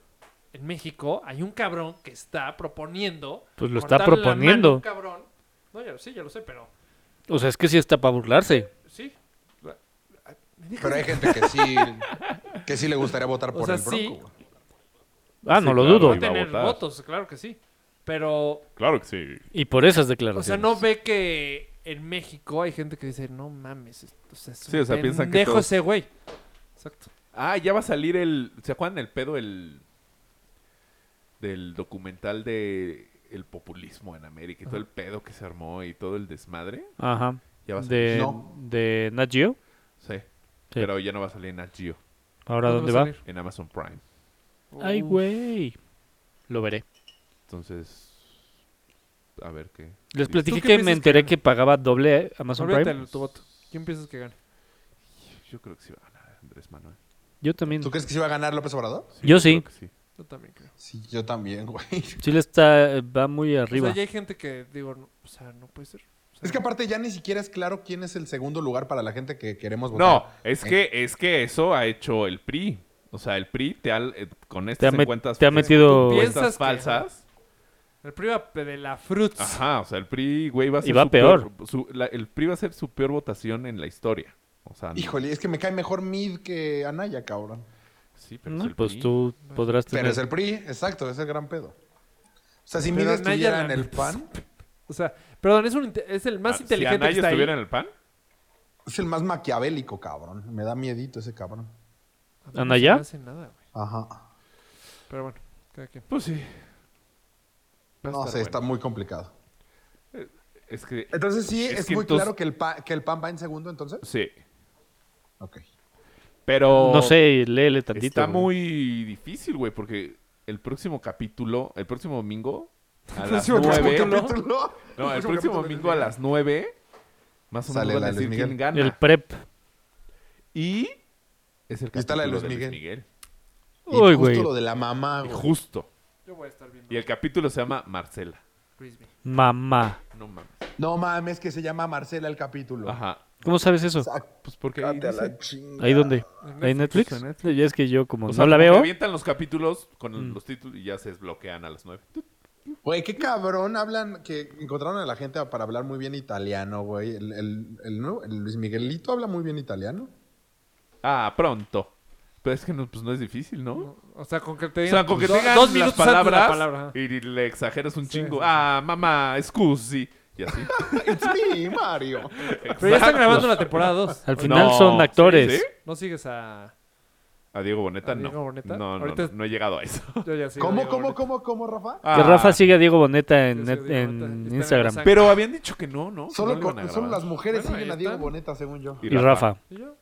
en México hay un cabrón que está proponiendo. Pues lo está cortarle la proponiendo. mano a un cabrón. No, ya, sí, ya lo sé, pero O sea, es que sí está para burlarse. sí. Pero hay gente que sí, que sí le gustaría votar por sea, el sí. Bronco. güey. Ah, Sí, no lo claro, Va dudo. a iba a tener votar. votos, claro que sí. Pero, Claro que sí. Y por esas o declaraciones. sea, no ve que en México hay gente que dice, no mames, esto- o sea, es un Sí, o sea, piensan que pendejo todos- ese güey. Exacto. Ah, ya va a salir el. ¿Se acuerdan el pedo el del documental de el populismo en América y todo el pedo que se armó y todo el desmadre? Ajá. Ya va a salir. De, No. de Nat Geo. Sí. Pero ya no va a salir en Geo, ¿Ahora dónde va? en Amazon Prime. Ay, güey. Lo veré. Entonces, a ver qué. Les dice. qué platiqué que me piensas que enteré gane? que pagaba doble Amazon Olvídate Prime. de tu voto. ¿Quién piensas que gane? Yo creo que sí va a ganar Andrés Manuel. Yo también. ¿Tú crees que sí va a ganar López Obrador? Yo creo sí. que sí. Yo también creo. Sí, yo también, güey. Sí le está, va muy O arriba. sea, ya hay gente que, digo, no, o sea, no puede ser. O sea, Es que aparte ya ni siquiera es claro quién es el segundo lugar para la gente que queremos votar. No, es Eh. que, es que eso ha hecho el PRI. O sea, el PRI te ha, eh, con Te ha, estas met- cuentas, te ha metido... piensas cuentas que- falsas. El priva de la Fruits. Ajá, o sea, el PRI, güey, va a ser. Y va su su- la- el PRI va a ser su peor votación en la historia. O sea, no- Híjole, es que me cae mejor Mid que Anaya, cabrón. Sí, pero No, es el pues PRI. tú podrás tener... Pero es el PRI, exacto, es el gran pedo. O sea, si Mid Pero estuviera Anaya en la- el PAN, O sea, perdón, es, un inte- es el más Ah, inteligente si Anaya que está ahí. estuviera en el PAN, es el más maquiavélico, cabrón. Me da miedito ese cabrón. A mí no ¿Anaya? se me hace nada, güey. Ajá. Pero bueno, cada quien. pues sí. Va a No estar sé, está bueno. muy complicado. Es que. Entonces sí, Es es, que muy entonces- claro que el, pa- que el PAN va en segundo, entonces. Sí. Ok. Pero. No sé, léele tantito. Está güey. muy difícil, güey, porque el próximo capítulo, el próximo domingo, a las próximo nueve. capítulo. Pues No, el próximo domingo a las 9, más o menos Sale van la a de decir Luis quién Miguel. gana. El prep. Y es el Y está la de capítulo Luis Miguel. Uy, Uy, güey. Justo lo de la mamá, Y güey. Justo. Yo voy a estar viendo Y el capítulo se llama Marcela. Frisbee. Mamá. No mames. No mames, que se llama Marcela el capítulo. Ajá. ¿Cómo sabes eso? Exacto. Pues porque ahí Cállate a dice. la chinga. ¿Ahí dónde? En ¿Ahí en Netflix? en Netflix. Ya es que yo como O no la como que veo... Mm. avientan los capítulos con los títulos y ya se desbloquean a las 9. Güey, qué cabrón hablan, que encontraron a la gente para hablar muy bien italiano, güey. El, el- el nuevo- el Luis Miguelito habla muy bien italiano. Ah, pronto. Pero es que no, pues no es difícil, ¿no? O sea, con que te O digan sea, con que do- tengan dos minutos las antes de palabras la palabra. ajá. y le exageras un chingo. sí, sí. Ah, mamá, scusi. Y así. It's me, Mario. Pero ya están grabando la temporada 2. Al final son No. actores. Sí, sí. No sigues a... A Diego Boneta ¿A no. Diego Boneta? No, no, Ahorita- no, no he llegado a eso. Yo ya sigo a ¿Cómo, Diego cómo, Boneta. cómo, cómo, Rafa? Que Rafa Ah, sigue a Diego Boneta en, Sí, net- sí, Diego Boneta. en Está en Instagram. Instagram. Pero habían dicho que no, ¿no? Que no Solo, lo con- iban a solo grabar. las mujeres Bueno, siguen a ahí Diego están. Boneta, según yo. Y Rafa. ¿Y yo?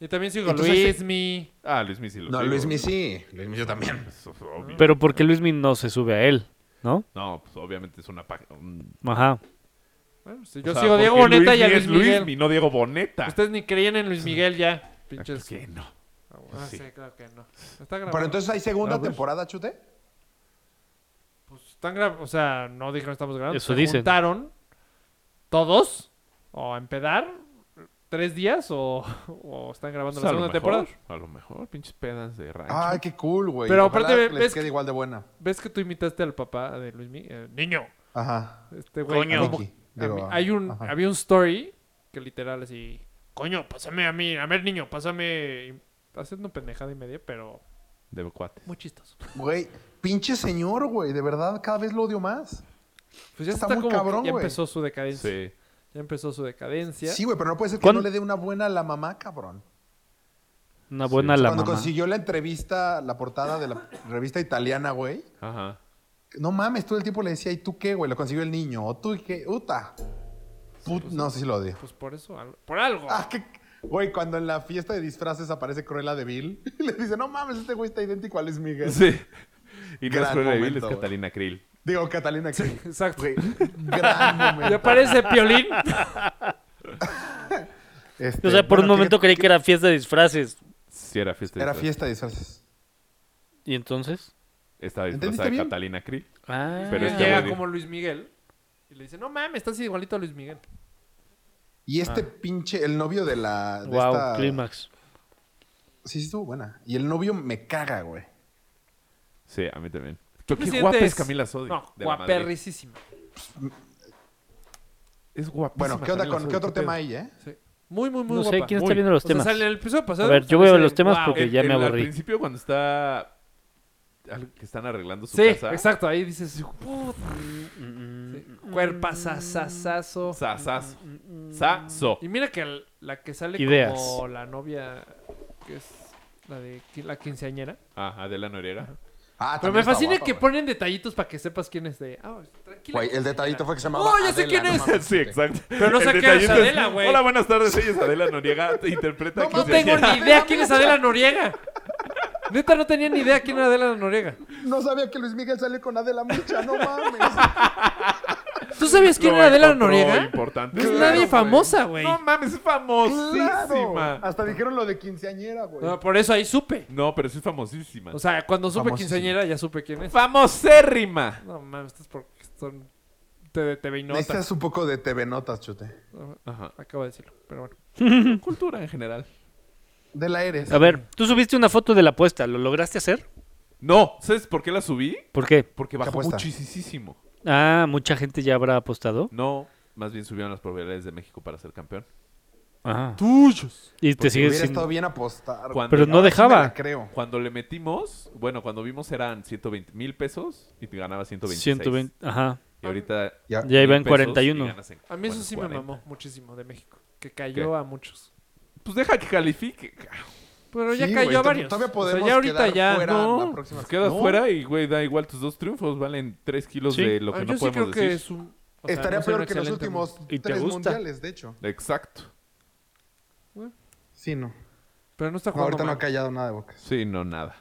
Y también sigo a Entonces- este- Luismi. Ah, Luis Misi. lo No, sigo. Luis sí. Luis yo también. Eso es obvio. Pero porque Luismi no se sube a él, ¿no? No, pues obviamente es una página. un- Ajá. Bueno, sí, o yo sea, sigo a Diego porque Boneta y a Luis Luismi es Miguel. Este Luismi, Ah. no Diego Boneta. Ustedes ni creían en Luis Miguel ya. Pinches. ¿Qué no? Pues Ah, Sí. sí, claro que no. Está grabando. Pero entonces hay segunda Ah, pues. temporada, chute. Pues están grabando. O sea, no dijeron estamos grabando. Eso se dicen. juntaron todos. O a empedar. ¿Tres días? O, o están grabando Pues la a, lo segunda mejor, temporada. a lo mejor, pinches pedas de rancho. Ay, qué cool, güey. Ah, Pero Ojalá aparte, les ves quede que- igual de buena. ¿Ves que tú imitaste al papá de Luis Miguel? niño. Ajá. Este güey. Coño. como- Mickey, a digo, mí- ah, hay un, ajá. había un story que literal así. Coño, pásame a mí. A ver, niño, pásame. Haciendo pendejada y media, pero De cuates. muy chistoso. Güey, pinche señor, güey. De verdad, cada vez lo odio más. Pues ya Está está, muy como que cabrón, ya güey. empezó su decadencia. Sí. Ya empezó su decadencia. Sí, güey, pero no puede ser que ¿Cuándo- no le dé una buena a la mamá, cabrón. Una buena la Cuando mamá. consiguió la entrevista, la portada de la revista italiana, güey. Ajá. No mames, todo el tiempo le decía, ¿y tú qué, güey? Lo consiguió el niño. ¿O tú qué? ¡Uta! Put- no sé si lo odio. Pues por eso, al- por algo. Ah, qué... Güey, cuando en la fiesta de disfraces aparece Cruella de Vil, le dice, no mames, este güey está idéntico a Luis Miguel. Sí. Y no Gran es Cruella de Vil, es momento, güey. Catalina Krill. Digo, Catalina. que- Exacto. Güey, gran ¿Te momento. parece Piolín? Este, O sea, por un bueno, momento fíjate creí que era fiesta de disfraces. Sí, era fiesta. que de Era disfraces. fiesta de disfraces. ¿Y entonces? Estaba disfrazada ¿Entendiste de bien? Catalina Krill. Ah. Pero este Llega güey- como Luis Miguel y le dice, no mames, estás igualito a Luis Miguel. Y este pinche, el novio de la... De Wow, esta- clímax. Sí, sí, estuvo buena. Y el novio me caga, güey. Sí, a mí también. Pero ¿Te qué sientes? guapa es Camila Sodi. No, de la Madrid. guaperricísima. Es guapísima. Bueno, ¿qué, onda Camila con, Sodi, ¿qué otro pedo? tema hay, eh? Sí. Muy, muy, muy No sé, guapa. ¿quién está Muy. viendo los O sea, temas? sale en el episodio pasado. A ver, yo sale- eh, veo los temas wow. porque- Que ya me aburrí. Al principio cuando está... al- Que están arreglando su Sí, casa. Mm, exacto. Ahí dices, puta. Cuerpazazazazo. Sasazo. Saso. Y mira que al- la que sale Ideas. como la novia, que es la de qui- la quinceañera. Ah, Adela Noriega. Ah, Pero también me está fascina guapa, que güey. ponen detallitos para que sepas quién es de. Ah, tranquila. Güey, el detallito fue que se llamaba. ¡Oh, ya sé Adela, quién no es! mames. Sí, exacto. Pero no El sé qué detallito es Adela, güey. Hola, buenas tardes. Ella es Adela Noriega. Te interpreta No que No es tengo Adela. ni idea quién es Adela Noriega. Neta, no tenía ni idea quién era Adela Noriega. No sabía que Luis Miguel sale con Adela Micha, no mames. ¿Tú sabías quién Lo era Adela encontró Noriega? Importante. No es Claro, nadie güey. famosa, güey. No No, mames, es Claro. famosísima. Hasta dijeron lo de quinceañera, güey. por eso ahí supe. No, pero sí es famosísima. O sea, cuando supe Famosísima. quinceañera ya supe quién es. famosérrima. No mames, estás porque son TV, TV y notas. Necesitas un poco de TV Notas, chute. Ajá. Acabo de decirlo, pero bueno. Cultura en general. De la Eres. A ver, tú subiste una foto de la apuesta, ¿lo lograste hacer? No, ¿sabes por qué la subí? ¿Por qué? Porque bajó apuesta? muchísimo. Ah, mucha gente ya habrá apostado. No, más bien subieron las probabilidades de México para ser campeón. Ajá. Tuyos. Y te sigues Hubiera sin... estado bien apostar. Cuando, Pero no Ahora sí me dejaba. la creo. cuando le metimos, bueno, cuando vimos eran 120 mil pesos y te ganaba 126. 120, ajá. Y ahorita Ya. Ya iba mil en pesos 41. y ganas en- A mí eso bueno, sí 40. me mamó muchísimo de México. Que cayó ¿Qué? a muchos. Pues deja que califique. Pero ya Sí, cayó güey, a to- varios. Todavía O sea, podemos ya ahorita quedar ya. fuera no. la próxima Pues quedas No, fuera y, güey, da igual tus dos triunfos. Valen 3 kilos Sí. de lo Ah, que yo no sí creo podemos que decir. es un. o sea, Estaría no sé, un peor que los excelente últimos Y te tres gusta. mundiales, de hecho. Exacto. Sí, no. Pero no está No, jugando. ahorita no ha mal. callado nada de bocas. Sí, no, nada.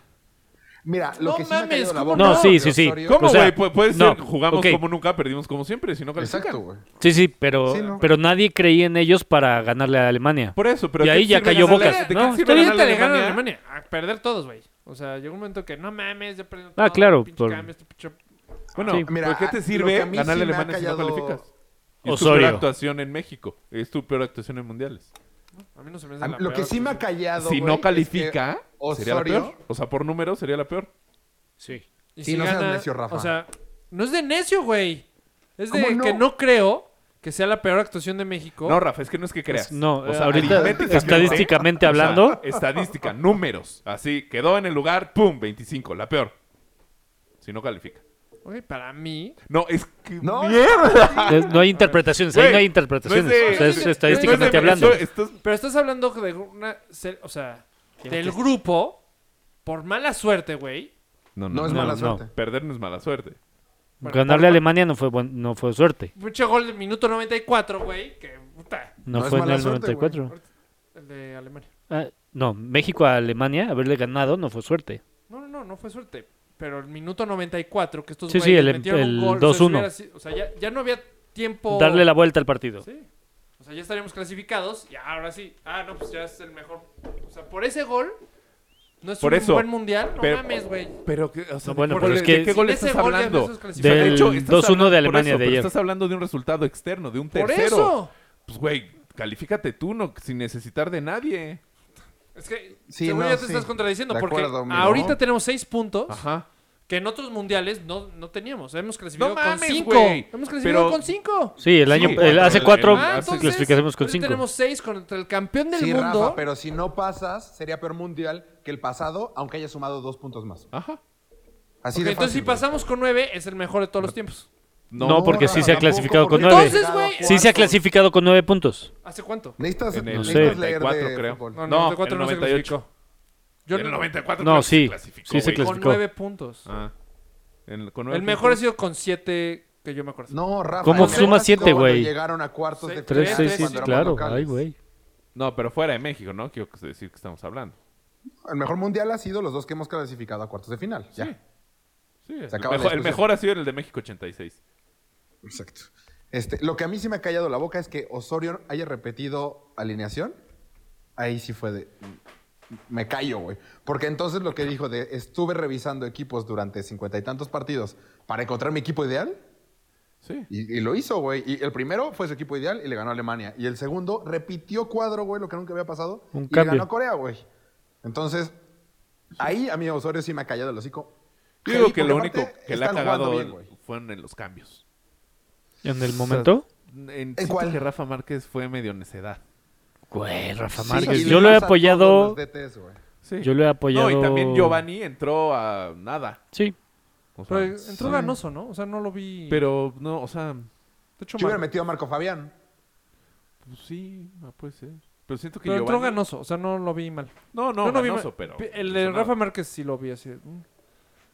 Mira, lo No que sí me ha mames, callado la ¿cómo boca No, de sí, sí, sí. Osorio- ¿Cómo, O güey? sea, Pu- puede ser, no, jugamos ok. como nunca, perdimos como siempre, si no califican. Exacto, güey. Sí, sí, pero, Sí, ¿no? pero nadie creía en ellos para ganarle a Alemania. Por eso, pero Y ¿qué ahí ya sirve cayó ganarle- Bocas. ¿De No, qué Pero sirve ahorita ganarle le ganan a a Alemania? Alemania. A perder todos, güey. O sea, llegó un momento que no mames, ya perdieron Ah, todo, claro, pinche por- cambio, este pinche- Bueno, Sí. Mira, ¿pero qué te lo sirve que a mí ganarle a sí me ha Alemania si no callado- calificas? Y es tu Osorio. peor actuación en México. Es tu peor actuación en mundiales. A mí no se me hace A la mí- Lo que peor sí me ha callado. Si güey, es no que califica, sería la Osorio. peor. O sea, por número sería la peor. Sí. Y Sí, si no seas gana- necio, Rafa. O sea, no es de necio, güey. Es de ¿Cómo no? que no creo que sea la peor actuación de México. No, Rafa, es que no es que creas. No, eh, O sea, ahorita aritmética- estadísticamente O sea, hablando, estadística, números. Así, quedó en el lugar, pum, 25, la peor. Si no califica. Güey, para mí. No, es que... No, es- no hay interpretaciones, Pues ahí Güey, no hay interpretaciones. no es de- o sea, es no es de- estadísticamente no es de- hablando. Eso- esto es- Pero estás hablando de una. se- O sea, del grupo. Por mala suerte, güey. No, No es No, mala no. suerte. Perder no es mala suerte. Bueno, ganarle a por- Alemania no fue, buen- no fue suerte. Mucho gol del minuto 94, güey. Que puta. No, No es fue en mala el suerte, güey. 94. El de Alemania. Ah, no, México a Alemania, haberle ganado no fue suerte. No, no, no, no fue suerte. Pero el minuto 94, que estos Sí, sí, güeyes el- metieron el un gol. o sea, si 2-1. hubiera sido- O sea, ya, ya no había Oh. tiempo. Darle la vuelta al partido. Sí. O sea, ya estaríamos clasificados y ahora sí. Ah, no, pues ya es el mejor. O sea, por ese gol, no es Por un eso, buen mundial. No pero- mames, güey. Pero que, o sea, ¿de No, bueno, qué pero gol- es que ¿de qué gol sin ese estás gol ya hablando? nosotros O sea, clasificamos. de Del hecho, estás 2-1 de hablando- por Alemania eso, de pero ayer. Estás hablando de un resultado externo, de un Por tercero. eso. Pues, güey, califícate tú no, sin necesitar de nadie. Es que Sí, seguro no, ya te sí. estás contradiciendo De porque acuerdo, amigo. ahorita tenemos seis puntos Ajá. que en otros mundiales no, no teníamos. Hemos clasificado No con mames, cinco. güey. Hemos clasificado Pero- con cinco. Sí, el Sí, año, cuatro, el- hace el- cuatro el- Ah, hace- entonces clasificaciones con ahorita cinco. tenemos seis contra el campeón del Sí, mundo. Rafa, pero si no pasas, sería peor mundial que el pasado, aunque haya sumado dos puntos más. Ajá. Así Ok, de entonces, si fácil, güey. pasamos con nueve, es el mejor de todos los tiempos. No, porque sí Rafa, se ha tampoco, clasificado con porque nueve. Entonces, güey, cuarto. Sí se ha clasificado con nueve puntos. ¿Hace cuánto? Necesitas, En el necesitas leer de 94, creo. fútbol. No, No, 94 el no se 98. clasificó. Yo en el no- 94 No, creo que sí. se clasificó. Sí se güey. Con clasificó. nueve puntos. Ah. En- con nueve El mejor ha puntos. sido con 7 que yo me acuerdo. No, Rafa. ¿Cómo el mejor suma ha sido siete, cuando güey? Llegaron a cuartos de Sí, Tres, Tres, seis, tres, sí, sí, cuando éramos claro. locales. Ay, güey. No, pero fuera de México, ¿no? Quiero decir que estamos hablando. El mejor mundial ha sido los dos que hemos clasificado a cuartos de final. Ya. Sí, el, acaba la mejor, el discusión. mejor ha sido el de México 86. Exacto. Este, lo que a mí sí me ha callado la boca es que Osorio haya repetido alineación. Ahí sí fue de. Me callo, güey. Porque entonces lo que dijo de estuve revisando equipos durante cincuenta y tantos partidos para encontrar mi equipo ideal. Sí. Y, y lo hizo, güey. Y el primero fue su equipo ideal y le ganó a Alemania. Y el segundo repitió cuadro, güey, lo que nunca había pasado. Un y le cambio. ganó a Corea, güey. Entonces, ahí a mí Osorio sí me ha callado el hocico. Yo digo Sí, que lo porque aparte único que le ha están jugando cagado bien, güey. fueron en los cambios. ¿En el momento? En, cuál? que Rafa Márquez fue medio necedad. Güey, Rafa Sí, Márquez. y Pues, yo lo he le pasa a todos apoyado. los DTs, güey. Sí. Yo lo he apoyado. No, y también Giovanni entró a nada. Sí. O sea, Pero entró ganoso, ¿no? O sea, no lo vi. pero no, o sea, De hecho, Yo hubiera mal. metido a Marco Fabián. pues sí, ah, puede ser. Pero siento que Pero entró Giovanni... ganoso, o sea, no lo vi mal. No, no, No, no vi ganoso, mal. pero... El pues, de nada. Rafa Márquez sí lo vi así. de, mm.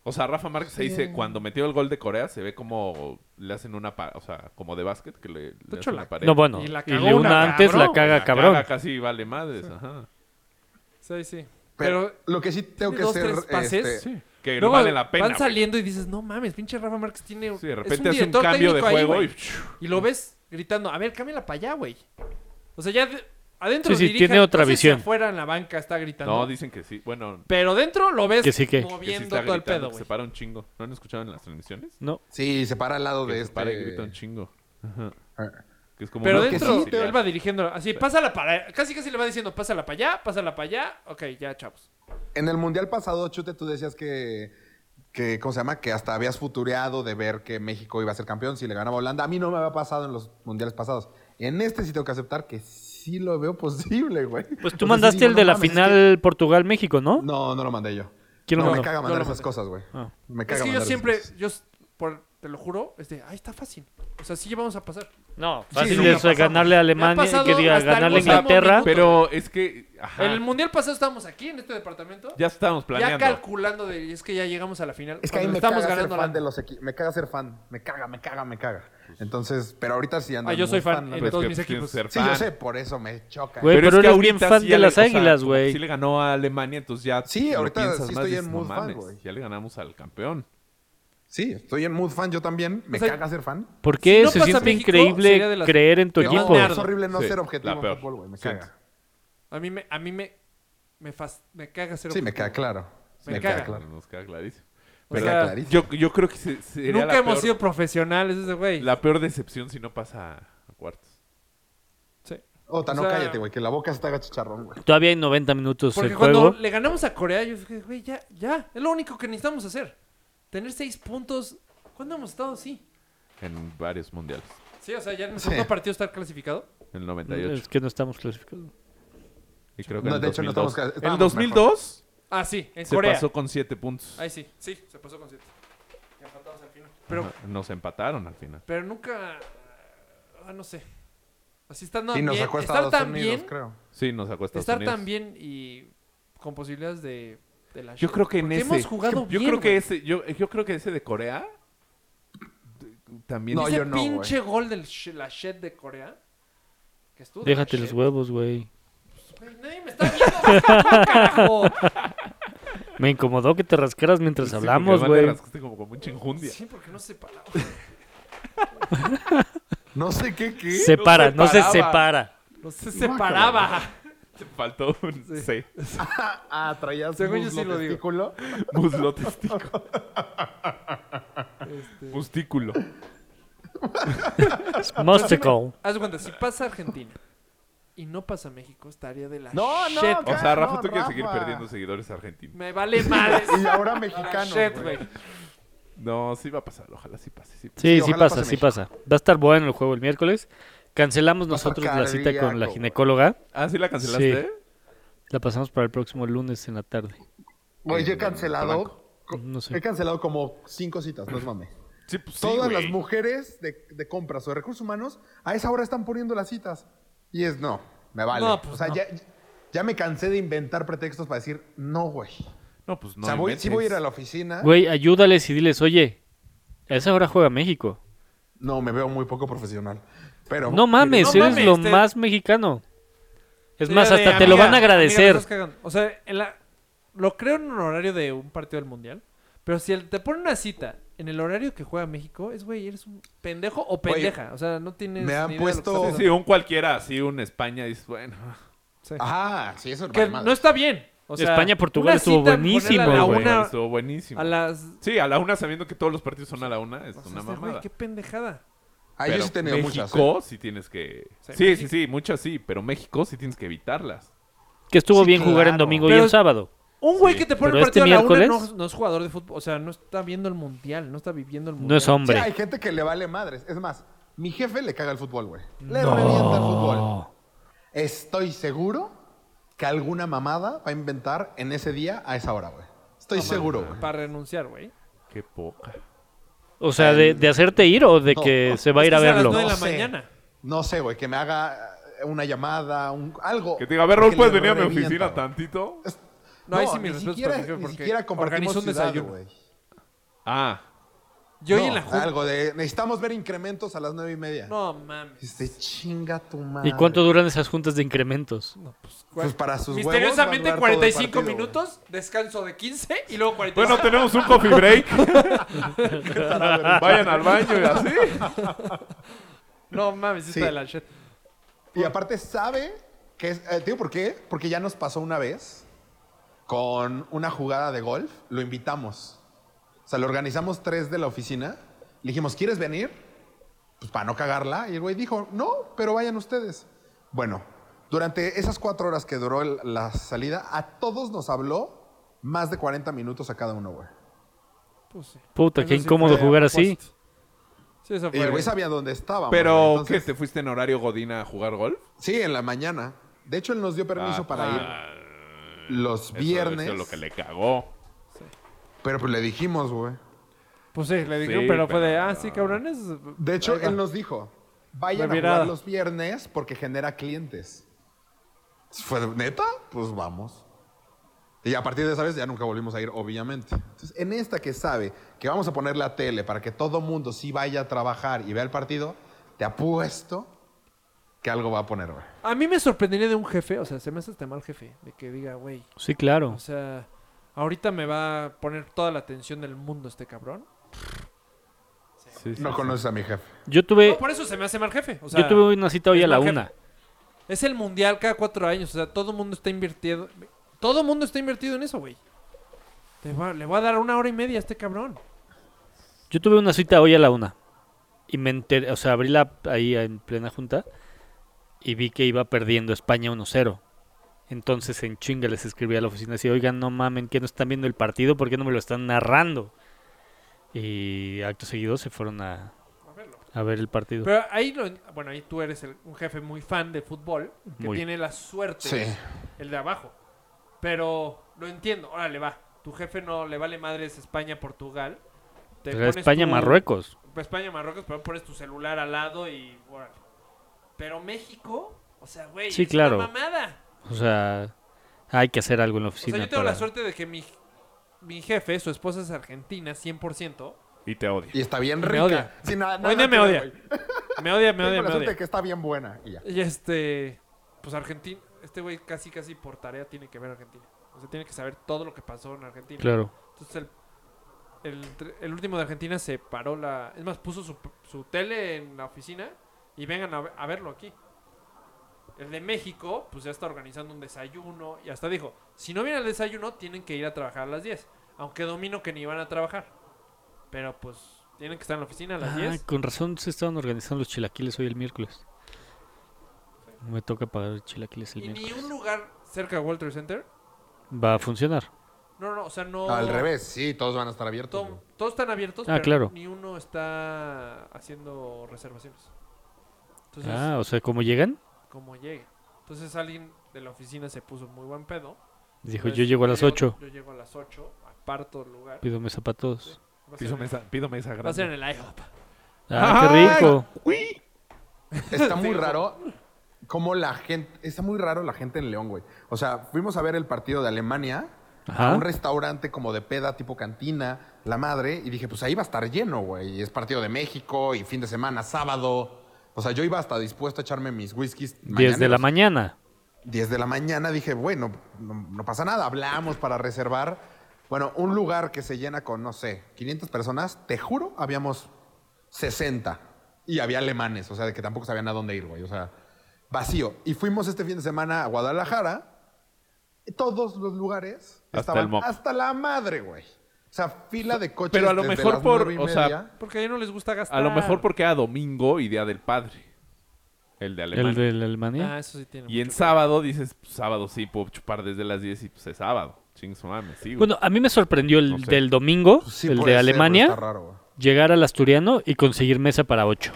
O sea, Rafa Márquez se dice, cuando metió el gol de Corea, se ve como le hacen una... pa- O sea, como de básquet, que le, le hecho, hacen la- la pared. No, bueno. Y Y, la le cagó una una, antes la cabrón. caga, La cabrón. caga casi vale madres, ajá. Sí, sí. Pero, Pero, lo que sí tengo tiene que dos, ser. tres pases. este, Sí. Que no luego vale la pena. van güey. saliendo y dices, no mames, pinche Rafa Márquez tiene... Sí, de es repente hace un director cambio de técnico ahí, juego güey. y... Y lo ves gritando, a ver, cámbiala para allá, güey. O sea, ya de- adentro Sí, sí, dirige, tiene otra no sé si visión. afuera en la banca está gritando. No, dicen que sí. Bueno, Pero dentro lo ves Que sí, que- que sí moviendo está todo el gritando, pedo, que güey. se para un chingo. ¿No han escuchado en las transmisiones? No. pues Sí, se para al lado Que de se este. para y grita un chingo. Ajá. Ah. Que es como Pero una- dentro sí, él va dirigiendo, así, pásala para... Casi casi le va diciendo, pásala para allá, pásala para allá. Ok, ya, chavos. En el mundial pasado, Chute, tú decías que, que. ¿Cómo se llama? Que hasta habías futureado de ver que México iba a ser campeón si le ganaba Holanda. A mí no me había pasado en los mundiales pasados. En este sí tengo que aceptar que sí lo veo posible, güey. Pues O tú sea, mandaste sí digo, el de no la mames, es que- final Portugal-México, ¿no? No, no lo mandé yo. ¿Quién lo no, mandó? me caga Yo mandar lo esas mandé. cosas, güey. Ah. Me caga Es que yo mandar esas siempre, cosas. yo, s- por, te lo juro, es de, ahí está fácil. O sea, sí vamos a pasar. No, fácil fácil nunca es pasamos. Me ganarle a ha Alemania, pasado que diga, hasta el ganarle a último Inglaterra. minuto. Pero es que... Ajá. En el mundial pasado estábamos aquí, en este departamento. Ya estábamos Ya planeando. calculando de, y es que ya llegamos a la final. Es que ahí cuando me estamos caga ser ganando fan la- de los equipos. Me caga ser fan. Me caga, me caga, me caga. Pues. Entonces, pero ahorita sí ando. Ah, yo muy soy fan ¿no? en Pues todos que mis tienes que equipos. ser Sí, fan. yo sé, por eso me choca. Güey, pero es que eres bien ahorita fan de ya le- las o sea, Águilas, como güey. Sí le ganó a Alemania, entonces ya... Sí, lo ahorita piensas sí más, estoy en dices, no mood fan, mames, güey. Ya le ganamos al campeón. Sí, estoy en mood fan yo también. Me O sea, caga ser fan. ¿Por qué Si no se pasa siente México, sería de increíble las creer en tu peores equipo? No, es Nardo. horrible no Sí, ser la objetivo en peor. fútbol, güey. Me Sí. caga. A mí me, a mí me, me, fas- me caga ser Sí, me objetivo. queda claro. Me me caga. queda claro. Nos queda clarísimo. O Me Pero sea, queda clarísimo. yo, yo creo que se- sería Nunca la hemos peor- sido profesionales ese güey. La peor decepción si no pasa a cuartos. Sí. Pues Ota, O no sea- cállate, güey, que la boca se te haga chicharrón, güey. Todavía hay 90 minutos Porque el cuando juego. le ganamos a Corea, yo dije, güey, ya, ya. Es lo único que necesitamos hacer. Tener seis puntos. ¿Cuándo hemos estado así? En varios mundiales. Sí, o sea, ya en el segundo partido estar clasificado. En el Es 98. que no estamos clasificados. Y creo que No, en de el hecho, no 2002. estamos- En el estábamos 2002 Ah, sí, en se Corea. pasó con 7 puntos. Ahí sí, sí, se pasó con siete. Y empatamos al final. Pero, Ajá, Nos empataron al final. pero nunca. Ah, no sé. Así estando Y bien. nos sacó a estar Estados tan Unidos, bien. creo. Sí, nos sacó Estados estar Unidos. tan bien y con posibilidades de, de la Yo creo que en Porque ese. hemos jugado yo bien, creo que güey. ese, yo, yo creo que ese de Corea de- también No, Ese yo no, güey. pinche gol del sh- la shit de Corea. Que estuvo de la Déjate los shit. huevos, güey. Güey, Nadie me está viendo. carajo. Me incomodó que te rascaras mientras Sí, hablamos, porque además le güey. rascaste como con mucha injundia. Sí, porque no se para. No sé qué, qué. Se No para, se no se paraba. separa. No se separaba. Te faltó un Sí. C. Ah, traías Según yo muslo sí lo digo. testículo. Muslo testico. Este, Mustículo. Es Musticle. Haz de cuenta, si pasa Argentina y no pasa México, estaría de la No, no, shit. O sea, Rafa, No, tú quieres seguir Rafa. perdiendo seguidores argentinos. Me vale madre. Y ahora La mexicano. shit, güey. güey. No, sí va a pasar. Ojalá sí pase. Sí. pase. Sí, sí ojalá pasa, pase sí México. pasa. Va a estar bueno el juego el miércoles. Cancelamos a estar nosotros la cita cardíaco, con la güey. ginecóloga. Ah, sí la cancelaste. Sí. La pasamos para el próximo lunes en la tarde. Güey, yo he Blanco. cancelado. co- No sé. He cancelado como cinco citas, no es mame. Sí, pues sí, Todas güey. las mujeres de, de compras o de recursos humanos a esa hora están poniendo las citas. Y es no, me vale. No, pues o sea, no. ya, ya me cansé de inventar pretextos para decir no, güey. No, pues no. o sea, voy, inventes. sí voy a ir a la oficina. Güey, ayúdales y diles, oye, a esa hora juega México. No, me veo muy poco profesional. Pero. No mames, ¿eh? No eres mames, lo te- más mexicano. Es Sí, más, de, hasta te lo amiga, van a amiga, agradecer. me estás cagando. o sea, en la- lo creo en un horario de un partido del Mundial. Pero si el- te ponen una cita en el horario que juega México, es güey, eres un pendejo o Güey, pendeja. o sea, no tienes. me han ni idea de lo que puesto- estás Sí, sí, un cualquiera así, un España. Dices, bueno. haciendo. Sí. Ajá, sí, eso Que vale madre. no está bien. O sea, España, Portugal una estuvo cita, buenísimo, ponerla a la güey. una- Estuvo buenísimo. a las. Sí, a la una sabiendo que todos los partidos son a la una. Es o sea, es una este de, mamada. güey, qué pendejada. Ah, yo Pero sí he tenido México muchas. ¿eh? sí tienes que... Sí, Sí, sí, México- sí, muchas sí, pero México sí tienes que evitarlas. Que estuvo Sí, bien jugar en claro. domingo y Pero- en sábado. Un güey que te pone el pero este partido a la una no, miércoles- no es jugador de fútbol. O sea, no está viendo el mundial, no está viviendo el mundial. No es Sí, hombre. hay gente que le vale madres. Es más, mi jefe le caga el fútbol, güey. Le revienta el fútbol. Estoy seguro que alguna mamada va a inventar en ese día a esa hora, güey. Estoy seguro, güey. Para renunciar, güey. Qué poca. O sea, de, de hacerte ir o de que no, se va a es ir que a es a las verlo. nueve de la sé. mañana. No sé, güey, que me haga eh, una llamada, un, algo. Que te diga, a ver, Raúl, que ¿puedes le venir a mi revienta, oficina güey. tantito? No, ahí sí mis ni respetos siquiera, para mi jefe, ni porque siquiera compartimos organiza un ciudad, desayuno. güey. Ah, Yo No, y en la junta. Algo de, necesitamos ver incrementos a las nueve y media. No mames. Dice, chinga tu madre. ¿Y cuánto duran esas juntas de incrementos? Pues para sus huevos Misteriosamente va a durar todo el 45 partido, minutos, descanso de 15 y luego 45. bueno, tenemos un coffee break. Vayan al baño y así. no mames, Sí. está de la shit. Y aparte sabe que es... eh, te digo por qué. Porque ya nos pasó una vez con una jugada de golf. Lo invitamos. O sea, lo organizamos tres de la oficina. Le dijimos, ¿quieres venir? Pues para no cagarla. Y el güey dijo, no, pero vayan ustedes. Bueno, durante esas cuatro horas que duró el- la salida, a todos nos habló más de 40 minutos a cada uno, güey. Pues sí. Puta, Eso qué sí incómodo fue a jugar así. propósito. Sí, eso Y el fue. güey sabía dónde estábamos. güey. Pero, ¿qué? Entonces- ¿Te fuiste en horario Godina a jugar golf? Sí, en la mañana. De hecho, él nos dio permiso Ah, para ir ah, los eso debe ser viernes. lo que le cagó. Pero pues le dijimos, güey. Pues sí, le dijeron, Sí, pero fue de, pero- ah, sí, cabrones. De hecho, ah. Ahí va. él nos dijo, vayan La a virada. jugar los viernes porque genera clientes. ¿Fue neta? Pues vamos. Y a partir de esa vez ya nunca volvimos a ir, obviamente. Entonces, en esta que sabe que vamos a poner la tele para que todo mundo sí vaya a trabajar y vea el partido, te apuesto que algo va a poner, güey. A mí me sorprendería de un jefe, o sea, se me hace hasta mal jefe, de que diga, güey, Sí, claro. o sea, ahorita me va a poner toda la atención del mundo este cabrón. Sí, sí, No sí. conoces a mi jefe. Yo tuve, No, por eso se me hace mal jefe. O sea, Eh, yo tuve una cita hoy es a la mal jefe. una. es el mundial cada cuatro años, o sea, todo el mundo está invirtiendo. Todo el mundo está invertido en eso, güey. Te va- le voy a dar una hora y media a este cabrón. Yo tuve una cita hoy a la una. Y me enteré, o sea, abrí la ahí en plena junta y vi que iba perdiendo España 1-0. Entonces en chinga les escribí a la oficina y decía, oigan, no mamen, que no están viendo el partido, ¿por qué no me lo están narrando? Y acto seguido se fueron a, a ver el partido. Pero ahí, lo- bueno, ahí tú eres el- un jefe muy fan de fútbol, que Muy. tiene la suerte, Sí. el de abajo. Pero lo entiendo, órale, va. Tu jefe no le vale madres España-Portugal. Te Pero pones tu- España-Marruecos. España-Marruecos, pero pones tu celular al lado y órale. Pero México, o sea, güey, Sí, es claro. una mamada. O sea, hay que hacer algo en la O oficina. sea, yo tengo para- la suerte de que mi, mi jefe, su esposa es argentina, 100%. Y te odia. Y está bien Me rica. odia. Sí, nada- Hoy nada día que me ver, odia. güey. Me odia, me Tengo odia, la me suerte de odia. que está bien buena y ya. Y este, pues Argentina, este güey casi, casi por tarea tiene que ver Argentina. O sea, tiene que saber todo lo que pasó en Argentina. Claro. Entonces el, el tre- el último de Argentina se paró la... Es más, puso su, su tele en la oficina y vengan a, ver- a verlo aquí. El de México, pues ya está organizando un desayuno y hasta dijo, si no viene al desayuno, tienen que ir a trabajar a las 10. Aunque domino que ni van a trabajar. Pero pues tienen que estar en la oficina a las Ah, 10. con razón se estaban organizando los chilaquiles hoy el miércoles. Me toca pagar chilaquiles el Y ni miércoles. un lugar cerca de Walter Center. Va a funcionar. No, no, o sea, no... Al revés, sí, todos van a estar abiertos. to- todos están abiertos, Ah, pero claro. ni uno está haciendo reservaciones. Entonces, Ah, o sea, ¿cómo llegan? como llegue. Entonces alguien de la oficina se puso muy buen pedo. Dijo, Entonces, yo llego a las 8, Yo llego a las 8, aparto el lugar. pido mesa para todos. Va a ser Pido en- mesa, pido mesa grande. va a ser en el IHOP. Ah, qué rico. Está muy raro cómo la gente. Está muy raro la gente en León, güey. O sea, fuimos a ver el partido de Alemania a Ajá. un restaurante como de peda, tipo cantina, la madre, y dije, pues ahí va a estar lleno, güey. Y es partido de México y fin de semana, sábado. O sea, yo iba hasta dispuesto a echarme mis whiskies. 10 de la mañaneros. mañana. 10 de la mañana dije, bueno, no, no pasa nada, hablamos para reservar. Bueno, un lugar que se llena con, no sé, 500 personas, te juro, habíamos 60. Y había alemanes, o sea, de que tampoco sabían a dónde ir, güey, o sea, vacío. Y fuimos este fin de semana a Guadalajara. y todos los lugares Hasta el estaban moco. hasta la madre, güey. O sea, fila de coches. Pero a lo desde mejor las por- nueve y o sea, media. Porque a ellos no les gusta gastar. A lo mejor porque era domingo y día del padre. El de Alemania. El de la Alemania. Ah, eso sí tiene. Y en mucho. sábado dices, pues, sábado sí, puedo chupar desde las 10 y pues es sábado. Ching su madre, sí, güey. Bueno, a mí me sorprendió el No sé. del domingo, Pues sí, el puede de ser, pero Alemania, está raro, güey. llegar al Asturiano y conseguir mesa para 8.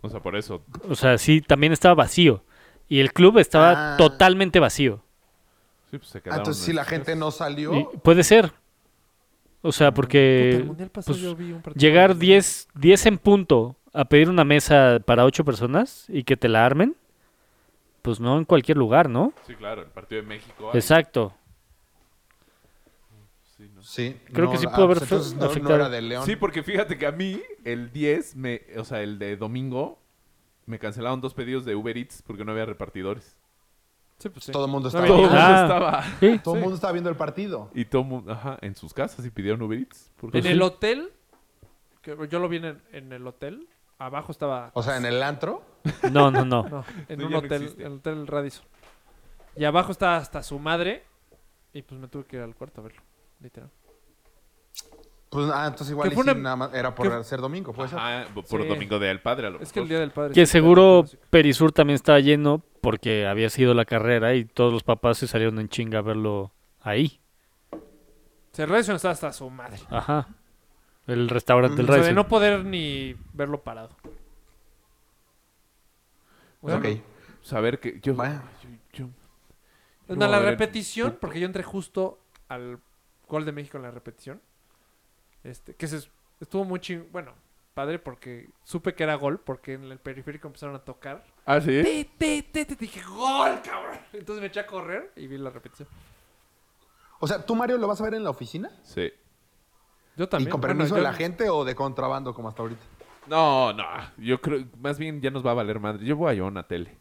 O sea, por eso. O sea, sí, también estaba vacío. Y el club estaba Ah. totalmente vacío. Sí, pues se Ah, quedaron. entonces, si la gente no salió. Y puede ser. O sea, Ah, Puta, porque el mundial pasado pues, yo vi un partido. llegar 10, 10 en punto a pedir una mesa para 8 personas y que te la armen, pues no en cualquier lugar, ¿no? Sí, claro, el partido de México. ahí, Exacto. sí, ¿no? Sí. Creo no, que sí ah, pudo haber pues entonces fe- no- no, afectado. era de León. Sí, porque fíjate que a mí, el 10, me, o sea, el de domingo, me cancelaron dos pedidos de Uber Eats porque no había repartidores. Sí, pues sí. Todo el mundo No estaba, había- Todo el mundo Ah. estaba. Sí. todo el Sí. mundo estaba viendo el partido. Y todo el mundo, ajá, en sus casas y pidieron Uber Eats. Porque En el hotel, que yo lo vi en, en el hotel, abajo estaba... O pues sea, en el antro. No, no, No, no. en No, pues un ya no hotel, existe. en el hotel Radisson. Y abajo estaba hasta su madre. Y pues me tuve que ir al cuarto a verlo, literal. Pues, ah, entonces igual Que y fue sí, una- nada más era por que- ser domingo, pues. Ajá, Ah, por Sí. domingo del padre, a lo Es que el mejor. Día del Padre... Que sí, claro, seguro sí. Perisur también estaba lleno porque había sido la carrera y todos los papás se salieron en chinga a verlo ahí. Sí, el Radisson estaba hasta su madre. Ajá. El restaurante del O sea, de Rey. no poder ni verlo parado. O sea, Ok. Saber que yo, Bueno. yo- yo- No, No, la a ver. repetición, porque yo entré justo al gol de México en la repetición. Este, que se, estuvo muy ching... Bueno, padre, porque supe que era gol, porque en el periférico empezaron a tocar. Ah, sí. Te, te, te, te, dije, gol, cabrón. Entonces me eché a correr y vi la repetición. O sea, ¿tú, Mario, lo vas a ver en la oficina? Sí. Yo también. ¿Y con Bueno, permiso de yo- la gente o de contrabando como hasta ahorita? No, no. Yo creo, más bien ya nos va a valer madre. Yo voy a llevar una tele.